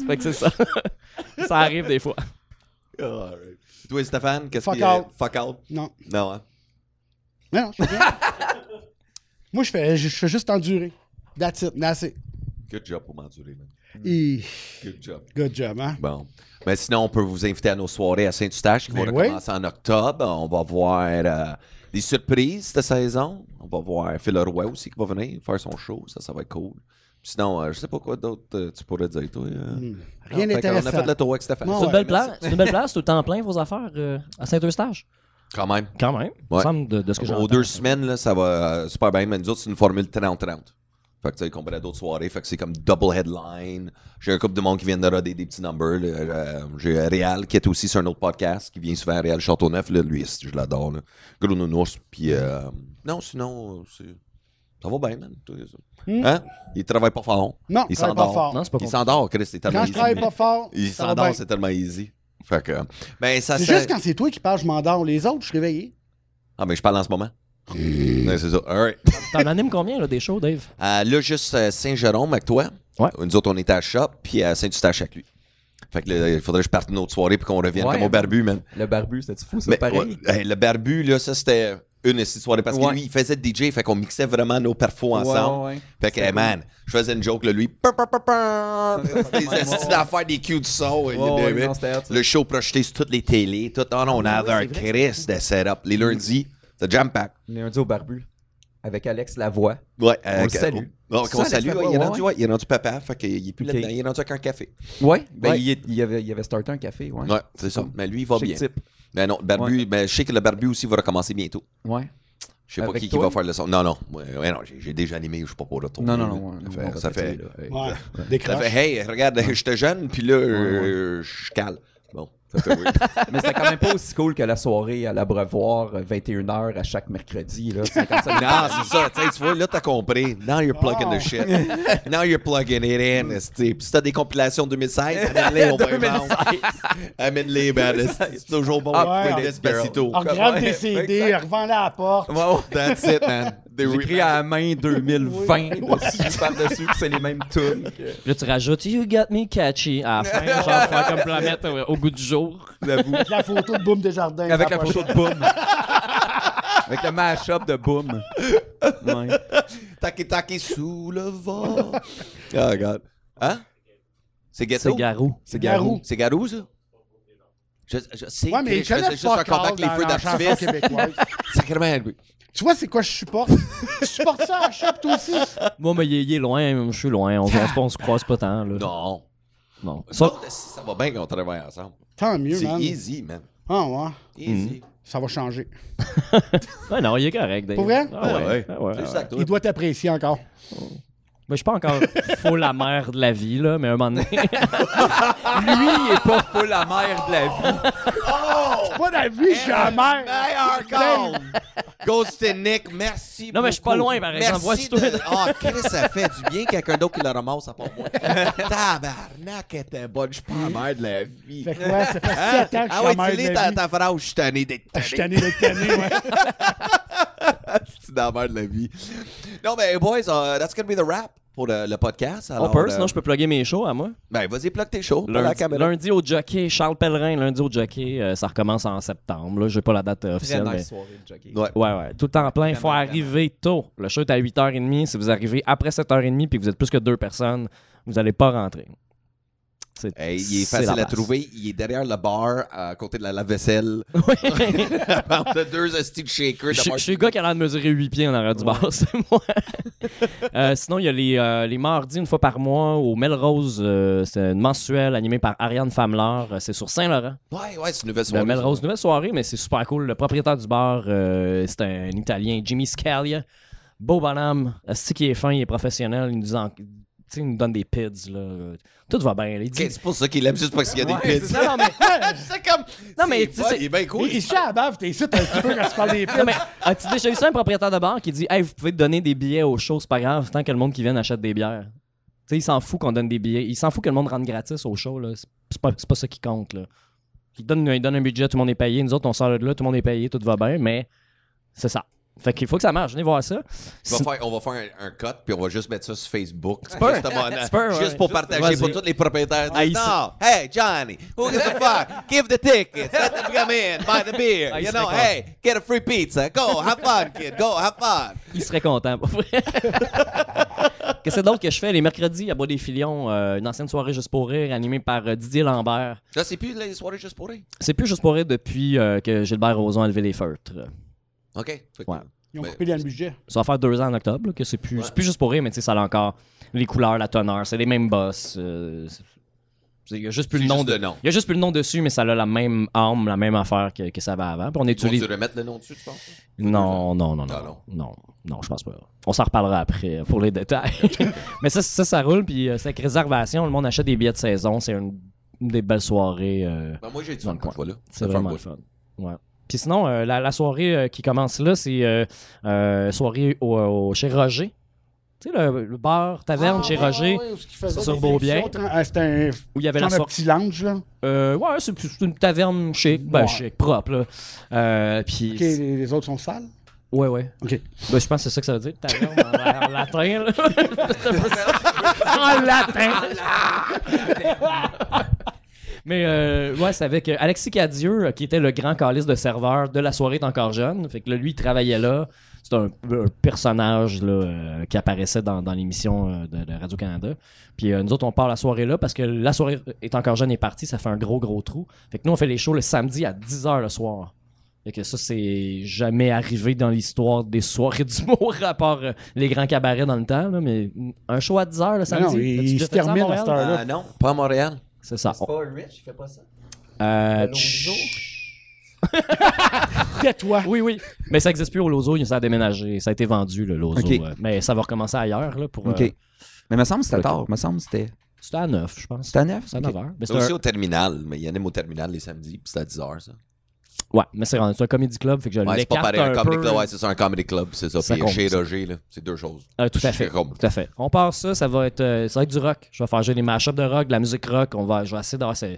S2: Fait que c'est ça. ça arrive des fois.
S1: Alright. Toi, Stéphane, qu'est-ce
S4: Fuck
S1: qu'il y a-
S4: out.
S1: Fuck out.
S4: Non.
S1: Non, hein?
S4: Non, non, je fais rien. Moi, je fais, je, je fais juste endurer. That's it. That's it.
S1: Good job pour m'endurer, man.
S4: Et-
S1: Good job.
S4: Good job, hein?
S1: Bon. Mais sinon, on peut vous inviter à nos soirées à Saint-Eustache qui vont
S4: Ben
S1: recommencer en octobre. On va voir euh, des surprises cette saison. On va voir Phil Roy aussi qui va venir faire son show. Ça, ça va être cool. Puis Sinon, euh, je sais pas quoi d'autre euh, tu pourrais dire, toi. euh.
S4: Hmm.
S1: Fait
S4: Rien
S1: qu'on
S4: d'intéressant.
S1: On a fait le tour avec Stéphane.
S4: Non,
S2: C'est
S4: ouais,
S2: une, belle place, c'est une belle place, tout le temps plein, vos affaires euh, à Saint-Eustache.
S1: Quand même.
S2: Quand même. Il me
S1: Ouais.
S2: semble de, de ce que j'entends.
S1: Aux deux semaines, là, ça va euh, super bien. Mais nous autres, c'est une formule 30-30. Fait que tu sais, comparé à d'autres soirées, fait que c'est comme double headline. J'ai un couple de monde qui viennent de roder des petits numbers. là. Euh, J'ai euh, Réal qui est aussi sur un autre podcast, qui vient souvent à Réal Châteauneuf. Là, lui, c'est- je l'adore. là. Gros nounours. Puis, euh, non, sinon, euh, c'est- ça va bien, man. Tout ça.
S4: Hmm.
S1: Hein? Il travaille pas fort.
S4: Non,
S1: il
S4: je travaille pas
S1: s'endort.
S4: fort.
S2: Non, c'est pas
S1: Il
S2: con.
S1: s'endort, Chris. C'est tellement
S4: Quand je
S1: easy.
S4: travaille pas fort,
S1: Il
S4: ça va
S1: s'endort,
S4: bien.
S1: c'est tellement easy. Fait que. Ben, ça
S4: C'est
S1: ça-
S4: juste quand c'est toi qui parles, je m'endors. Les autres, je suis réveillé.
S1: Ah, mais je parle en ce moment. Ouais, c'est ça. All right.
S2: T'en animes combien là, des shows, Dave?
S1: À Logis euh, Saint-Jérôme avec toi.
S2: Ouais.
S1: Nous autres, on était à Shop, puis à Saint-Eustache avec lui. Fait que là, il faudrait que je parte une autre soirée puis qu'on revienne
S6: Ouais.
S1: comme au barbu, man.
S6: Le barbu, c'était fou, ça,
S1: Mais,
S6: pareil.
S1: ouais, hey, le barbu, là, ça, c'était une et six soirées parce que
S6: Ouais.
S1: lui, il faisait DJ, fait qu'on mixait vraiment nos perfos
S6: Ouais,
S1: ensemble.
S6: ouais.
S1: Fait que, hey,
S6: C'était
S1: man, je faisais une joke, là, lui, pa, pa, pa, pa. des astuces d'affaires, des cues de son. il
S6: Ouais, ouais,
S1: devait.
S6: non, c'était hot, ça.
S1: le show projeté sur toutes les télés, tout. Oh non, on avait un Chris de setup. Les lundis,
S6: Mm.
S1: c'est jam-pack.
S6: On est rendu au barbu. Avec Alex Lavoie.
S1: Ouais, euh,
S6: le salue.
S1: on
S6: C'est
S1: qu'on
S6: ça,
S1: salue,
S6: Alex
S1: ouais,
S6: Lavoie,
S1: il, est
S6: ouais,
S1: rendu,
S6: ouais.
S1: ouais, il est rendu papa, fait qu'il est plus
S6: Ok.
S1: là-dedans, il est rendu avec un café.
S6: Ouais. Ben,
S1: Ouais.
S6: il, est- il avait, il avait starté un café, ouais.
S1: Ouais, c'est ça. Mais lui, il va
S6: Chic
S1: bien.
S6: type.
S1: Mais non, le barbu, ben, je sais que le barbu aussi va recommencer bientôt.
S6: Ouais.
S1: Je sais pas
S6: Avec
S1: qui, qui
S6: toi?
S1: va faire le son. Non, non, ouais, ouais, non j'ai j'ai déjà animé, je suis pas pour retourner.
S6: Non, non, non.
S1: Ça
S6: ouais,
S1: fait,
S6: on
S1: ça
S6: répète,
S1: fait,
S6: là, hey.
S4: Ouais.
S1: ça
S4: Décroche.
S1: fait, hey, regarde, j'étais jeune, puis là, euh, je cale. Bon, ça fait oui.
S6: Mais c'était quand même pas aussi cool que la soirée à l'abreuvoir, euh, 21h à chaque mercredi. Là. C'est comme ça.
S1: Non, c'est ça. tu sais, Tu vois, là, t'as compris. Now you're plugging the shit. Now you're plugging it in. esti. Puis si t'as des compilations 2016, amène-les, on va les vendre. Amène-les, man. esti. C'est toujours bon.
S4: Ah,
S1: Pas
S4: ouais.
S1: Despacito.
S4: Regarde
S6: Ouais,
S4: tes CD, revends-la à la porte.
S1: That's it, man. They
S6: J'ai
S1: re-
S6: écrit à la main 2020 dessus, par-dessus, puis c'est les mêmes tunes. que-
S2: Puis là, tu rajoutes You got me catchy à la fin, genre faire comme planète au, au goût du jour.
S6: J'avoue.
S4: La photo de Boom Desjardins.
S6: Avec
S4: ça
S6: la photo de Boom. Avec le mash-up de Boom. Ouais.
S1: Taqué, taqué sous le vent. Oh, God. Hein? C'est
S2: C'est
S1: ghetto?
S2: Garou.
S6: C'est
S4: Garou.
S6: Garou.
S1: C'est Garou, ça? Je, je sais
S4: Ouais, mais
S1: Chris,
S4: ils
S1: je faisais
S4: connaissent
S1: juste
S4: pas
S1: un combat avec les
S4: dans
S1: feux
S4: la chanson
S1: d'artifice.
S4: québécoise.
S1: Sacrément, oui.
S4: Tu vois, c'est quoi je supporte? tu supportes ça à la shop, toi aussi?
S2: Moi, mais il est- il est loin, je suis loin. On, on, se- on se croise pas tant. Là.
S1: Non.
S2: Non.
S1: Ça,
S2: Ça,
S1: ça va bien qu'on travaille ensemble.
S4: Tant mieux,
S1: C'est
S4: man.
S1: easy, man.
S4: Ah ouais,
S2: Mhm.
S1: Easy.
S4: ça va changer.
S2: ouais, non, il est correct, Dave.
S4: Pour vrai?
S2: Ah ouais.
S1: ouais.
S2: Ah ouais,
S1: C'est
S2: ah
S1: juste
S2: ouais.
S1: à toi.
S4: Il doit t'apprécier encore.
S2: Mais je suis pas encore faux la mère de la vie, là, mais à un moment donné.
S6: Lui, il est pas full la mère de la vie.
S4: Eh, Pas dans la vie, je suis amère.
S1: Meilleur con! Ghost et Nick, merci.
S2: Non, mais je suis pas
S1: beaucoup.
S2: loin, par exemple.
S1: Merci
S2: Vois-tu,
S1: de- Ah, Chris, ça fait du bien quelqu'un d'autre qui le ramasse à part moi. Tabarnak, elle était bonne. Je suis pas mère de la vie.
S4: Fait que ouais, ça fait
S1: Hein?
S4: 7 ans que je
S1: ah
S4: suis en
S1: ouais,
S4: merde
S1: tu
S4: de
S1: lis
S4: la
S1: ta,
S4: vie.
S1: ta phrase, je suis tanné d'être
S4: Je suis
S1: tanné.
S4: tanné d'être tanné, ouais.
S1: C'est dans la merde de la vie. Non, mais boys, uh, that's gonna be the wrap pour le, le podcast.
S2: On
S1: Alors,
S2: peut,
S1: euh,
S2: sinon je peux plugger mes shows à moi.
S1: Ben, vas-y, plug tes shows. Plug la
S2: Lundi,
S1: caméra.
S2: lundi au jockey, Charles Pellerin, lundi au jockey, euh, ça recommence en septembre. Là, j'ai pas la date euh, officielle. mais-
S6: soirée de jockey.
S1: Ouais.
S2: Ouais, ouais, tout le temps plein. Il faut
S6: Vraiment,
S2: arriver tôt. Le show est à 8h30. Si vous arrivez après 7h30 puis que vous êtes plus que deux personnes, vous n'allez pas rentrer. C'est,
S1: Hey, il est
S2: c'est
S1: facile
S2: la
S1: à
S2: base.
S1: trouver. Il est derrière le bar, à côté de la lave-vaisselle. à part de deux hosties de shakers.
S2: Je
S1: de
S2: je suis le gars qui a l'air de mesurer 8 pieds en arrière du bar, c'est moi. Euh, sinon, il y a les, euh, les mardis, une fois par mois, au Melrose. euh, c'est une mensuelle animée par Ariane Famler. Euh, c'est sur Saint-Laurent.
S1: Ouais, ouais, c'est une nouvelle soirée.
S2: Le Melrose,
S1: ça.
S2: nouvelle soirée, mais c'est super cool. Le propriétaire du bar, euh, c'est un Italien, Jimmy Scalia. Beau bonhomme. Asti qui est fin, il est professionnel. Il nous, en- tu sais, il nous donne des pids. Là. Tout va bien. Il dit-
S1: Ok, c'est pour ça qu'il aime juste parce qu'il y a des
S2: Ouais,
S1: pids.
S2: c'est ça, non, mais-
S1: c'est comme.
S2: Non, mais
S1: c'est
S2: tu sais,
S1: bon,
S2: c'est-
S1: Il est bien cool.
S4: Il se à bave, t'es ici t'as un petit peu quand tu parles des
S2: Non,
S4: piles.
S2: mais as-tu déjà eu ça, un propriétaire de bar qui dit Hey, vous pouvez donner des billets au show, c'est pas grave, tant que le monde qui vient achète des bières. Tu sais, il s'en fout qu'on donne des billets. Il s'en fout que le monde rentre gratis au show, là. C'est- C'est pas, c'est pas ça qui compte, là. Il donne, il donne un budget, tout le monde est payé. Nous autres, on sort de là, tout le monde est payé, tout va bien, mais c'est ça. Fait qu'il faut que ça marche. Venez voir ça.
S1: On
S2: Sin-
S1: va faire, on va faire un, un cut, puis on va juste mettre ça sur Facebook.
S2: peux.
S1: Justement,
S2: Tu
S1: euh,
S2: peux, ouais.
S1: Juste pour
S2: Juste-
S1: partager pour
S2: vas-y.
S1: tous les propriétaires.
S2: Ah,
S1: Hey,
S2: il
S1: non, hey, Johnny, who gives a fuck? Give the tickets, let them come in, buy the beer.
S2: Ah, il
S1: you
S2: serait
S1: know,
S2: content.
S1: hey, get a free pizza. Go, have fun, kid, go, have fun.
S2: Il serait content, pour vrai. Qu'est-ce que d'autre que je fais les mercredis à Bois des Filions, euh, une ancienne soirée juste pour rire animée par euh, Didier Lambert.
S1: Là, c'est plus les soirées juste pour rire.
S2: C'est plus juste pour rire depuis euh, que Gilbert Rozon a levé les feutres.
S1: OK. Fait que-
S2: Ouais.
S4: Ils ont
S1: Ben,
S4: coupé dans le budget.
S2: Ça va faire deux ans en octobre, là, que c'est plus, c'est plus juste pour rire, mais tu sais, ça a encore les couleurs, la teneur, c'est les mêmes boss. euh, c'est- c'est- il y a juste plus le
S1: C'est
S2: nom
S1: juste
S2: de-
S1: le nom.
S2: Il y a juste plus le nom dessus, mais ça a la même arme, la même affaire que, que ça avait avant. Puis on
S1: Ils vont-tu
S2: utilise.
S1: remettre le nom dessus, tu penses?
S2: Non, non, non, non,
S1: Ah,
S2: non,
S1: non.
S2: non, non, je pense pas. On s'en reparlera après euh, pour les détails. mais ça, ça, ça roule. Puis euh, c'est avec réservation, le monde achète des billets de saison. C'est une, une des belles soirées. euh,
S1: Ben, moi, j'ai dit
S2: Dans
S1: ça
S2: le
S1: quand
S2: coin.
S1: je vois là.
S2: c'est vraiment le fun. Ouais. Puis sinon, euh, la, la soirée euh, qui commence là, c'est euh, euh, soirée au, au- chez Roger. Tu sais, le, le bar, taverne chez Roger,
S4: Ah,
S2: sur Beaubien.
S4: C'était un
S2: où il y avait la
S4: genre de
S2: soirée.
S4: petit lounge, là.
S2: Euh, ouais, c'est c'est une taverne chic, ben
S4: Ouais.
S2: chic, propre. Là. Euh, puis.
S4: Ok, les les autres sont sales.
S2: Ouais, ouais.
S4: OK.
S2: Ben, je pense que c'est ça que ça veut dire, taverne en, en latin. Là. en latin! Mais euh, ouais, c'est avec euh, Alexis Cadieux, euh, qui était le grand calice de serveur de la soirée est encore jeune. Fait que là, lui, il travaillait là. C'est un, un personnage là, euh, qui apparaissait dans, dans l'émission euh, de, de Radio-Canada. Puis euh, nous autres, on part la soirée là parce que la soirée est encore jeune est partie. Ça fait un gros, gros trou. Fait que nous, on fait les shows le samedi à 10h le soir. Fait que ça, c'est jamais arrivé dans l'histoire des soirées d'humour à part euh, les grands cabarets dans le temps. là, mais un show à 10h le samedi.
S4: non, il-
S2: As-tu
S4: il
S2: déjà
S4: se
S2: fait ça à
S4: termine à
S2: Montréal?
S4: cette heure-là.
S1: Ah non, pas à Montréal.
S2: C'est ça.
S6: C'est pas Rich, il fait pas ça.
S2: Euh,
S6: Alonso?
S2: tch-
S4: Tais-toi.
S2: oui, oui. Mais ça n'existe plus au Lozo, ça a déménagé. Ça a été vendu, le Lozo.
S6: Ok.
S2: euh, Mais ça va recommencer ailleurs. Là, pour,
S6: OK.
S2: euh,
S6: Mais me semble que c'était
S2: ok.
S6: tard. Me semble que c'était.
S2: c'était à 9, je pense.
S6: C'était à 9?
S2: C'était à 9 heures. Mais
S1: C'est
S2: c'est
S1: aussi
S2: un-
S1: au terminal, mais il y en a au terminal les samedis, puis c'est à 10h, ça.
S2: Ouais, mais c'est un, c'est un comedy club, fait que je
S1: Ouais, c'est pas
S2: l'écarte
S1: pareil, un
S2: un
S1: comedy
S2: peu.
S1: club, ouais, c'est ça, un comedy club, c'est ça.
S2: Ça
S1: Puis
S2: compte,
S1: chez
S2: ça.
S1: Roger, là, c'est deux choses.
S2: Euh, tout à
S1: Chez
S2: fait.
S1: Rome.
S2: Tout à fait. On part ça, ça va être, euh, ça va être du rock. Je vais faire jouer des mashups de rock, de la musique rock. On va, je vais essayer d'avoir ce,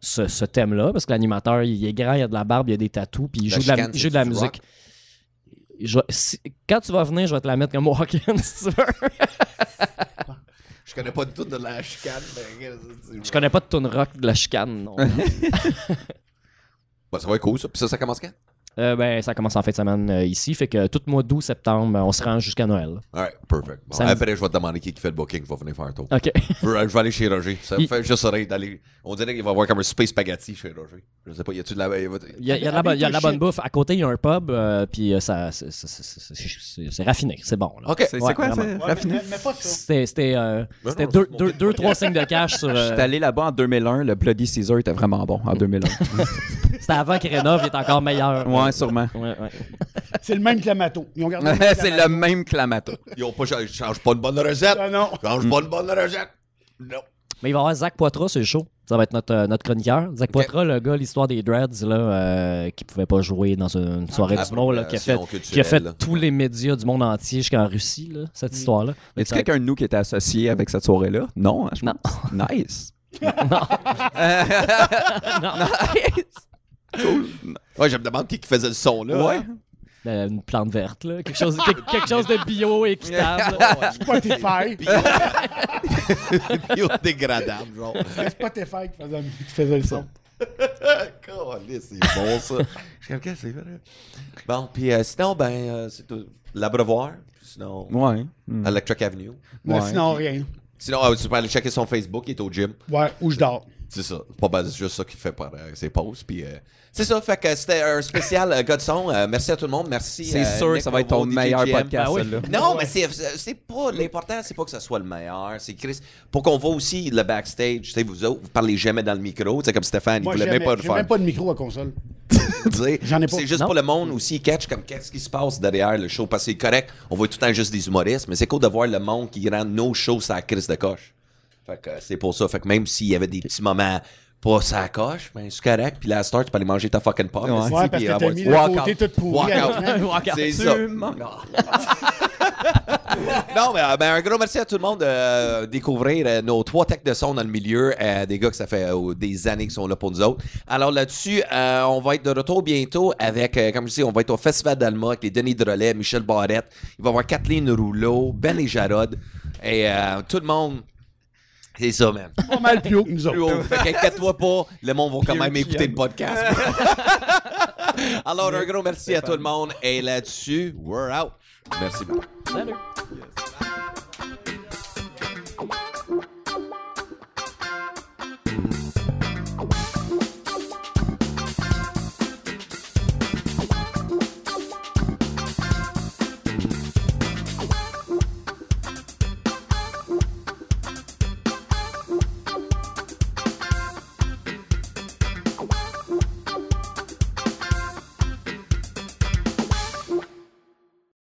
S2: ce- ce thème-là parce que l'animateur, il est grand, il a de la barbe, il a des tatous, puis il
S1: La
S2: joue de la,
S1: chicane,
S2: il joue de la
S1: c'est du
S2: musique. Je vais- si- quand tu vas venir, je vais te la mettre comme walk-in si tu veux.
S1: Je connais pas du tout de la chicane. ben, mais-
S2: Je connais pas de tune rock de la chicane, non.
S1: Bah, ça va être cool, ça. Puis ça, ça commence quand?
S2: Euh, ben, ça commence en fin de semaine euh, ici, fait que tout le mois d'août, septembre, euh, on se rend jusqu'à Noël.
S1: Alright, perfect. Bon,
S2: Samedi.
S1: après, je vais te demander qui qui fait le booking, je vais venir faire un tour.
S2: OK.
S1: Je, veux- je vais aller chez Roger. Ça me
S2: Il-
S1: fait juste rire d'aller. On dirait qu'il va y avoir comme un space spaghetti chez Roger. Je sais pas, y a-tu de la. y a-
S2: Il y a, il y a de la, bonne- il y a de la bonne bouffe. À côté, il y a un pub, euh, puis euh, ça, c'est- c'est- c'est c'est- c'est raffiné, c'est bon. là.
S1: Ok.
S6: C'est
S2: Ouais,
S6: c'est quoi,
S2: vraiment.
S6: c'est raffiné?
S4: Mais pas ça.
S2: C'était c'était, euh,
S1: Ben
S2: c'était
S1: non,
S2: deux,
S1: c'est mon
S2: deux,
S1: petit
S2: deux, trois signes de cash sur. euh,
S6: J'étais allé là-bas en 2001. Le Bloody Caesar était vraiment bon en 2001.
S2: c'était avant qu'il rénove, il est encore meilleur.
S6: ouais, sûrement.
S2: Ouais, ouais.
S4: C'est le même Clamato. Ils ont gardé le même
S6: c'est le
S4: Clamato.
S6: même clamato.
S1: Ils ont pas. Change pas une bonne recette.
S4: Ah non.
S1: Change pas une bonne recette. Non.
S2: Mais il va y avoir Zach Poitras sur le show. Ça va être notre, euh, notre chroniqueur. Zach Poitras, le gars, l'histoire des dreads, là, euh, qui pouvait pas jouer dans une soirée
S1: Ah,
S2: du monde, là, qui a fait,
S1: appropriation
S2: qui a fait
S1: culturelle.
S2: tous les médias du monde entier jusqu'en Russie, là, cette histoire-là.
S6: Est-ce
S2: Fait que
S6: quelqu'un de nous qui était associé avec cette soirée-là? Non, hein, je
S2: Non.
S6: pense. Nice.
S1: Ouais, je me demande qui qui faisait le son là. hein.
S6: Ouais.
S2: ça- euh, une plante verte, là. Quelque chose, quelque, quelque chose de bio
S1: Ah,
S2: équitable.
S1: bah,
S4: Spotify.
S1: Biodégradable, genre.
S4: C'est Spotify qui faisait, qui faisait le son.
S1: Calais, c'est bon ça. Je suis comme, Qu'est-ce que c'est vrai. Bon, puis euh, sinon, ben, euh, c'est tout. L'abreuvoir. Sinon,
S6: Ouais. Hmm.
S1: Electric Avenue.
S4: Mais
S6: Ouais.
S4: sinon, rien.
S1: Sinon, euh, tu peux aller checker son Facebook, il est au gym.
S4: Ouais, ou je dors.
S1: C'est ça. C'est Pas mal, c'est juste ça qu'il fait par euh, ses pauses. Puis euh, c'est ça. Fait que c'était un spécial euh, Godson. Euh, merci à tout le monde. Merci.
S6: C'est
S1: euh,
S6: sûr que
S1: Nick
S6: ça va être
S1: Provo,
S6: ton
S1: DJ
S6: meilleur
S1: GM.
S6: podcast,
S4: Ah
S2: Ben oui.
S6: celle-là.
S1: Non, mais c'est c'est pas l'important, c'est pas que ça soit le meilleur, c'est Chris pour qu'on voit aussi le backstage, tu sais vous autres, vous parlez jamais dans le micro, tu sais comme Stéphane, il
S4: Moi,
S1: voulait
S4: j'ai
S1: même pas
S4: même,
S1: le
S4: j'ai
S1: faire.
S4: même pas de micro à console.
S1: Tu sais,
S4: J'en ai pas.
S1: C'est juste
S2: Non.
S1: pour le monde aussi, catch comme qu'est-ce qui se passe derrière le show parce que c'est correct, on voit tout le temps juste des humoristes, mais c'est cool de voir le monde qui rend nos shows sa crise de coche. Fait que euh, c'est pour ça, fait que même s'il y avait des petits moments pas sa coche, ben c'est correct, puis la star tu peux aller manger ta fucking pomme.
S6: Ouais.
S1: esti,
S4: Ouais, parce
S1: puis
S4: que t'as
S1: avoir-
S4: mis le
S6: Walk
S4: côté
S6: out.
S4: tout pourri.
S1: Walk
S4: avec-
S1: out.
S4: hein?
S1: C'est
S6: Tu
S1: ça.
S6: manges.
S1: Non, mais euh, ben, un gros merci à tout le monde de euh, découvrir euh, nos trois techs de son dans le milieu. euh, des gars que ça fait euh, des années qu'ils sont là pour nous autres. Alors là-dessus, euh, on va être de retour bientôt avec, euh, comme je dis, on va être au Festival d'Alma avec les Denis Drolet, Michel Barrette. Il va y avoir Kathleen Rouleau, Ben et Jarod. Et euh, tout le monde, c'est ça, man.
S4: Pas mal plus haut que nous
S1: Plus
S4: autres.
S1: haut. Fait qu'inquiète-toi pas, le monde va quand même écouter le podcast. Alors, un gros merci à tout le monde. Et là-dessus, we're out. Merci beaucoup.
S2: Salut.
S1: Yes.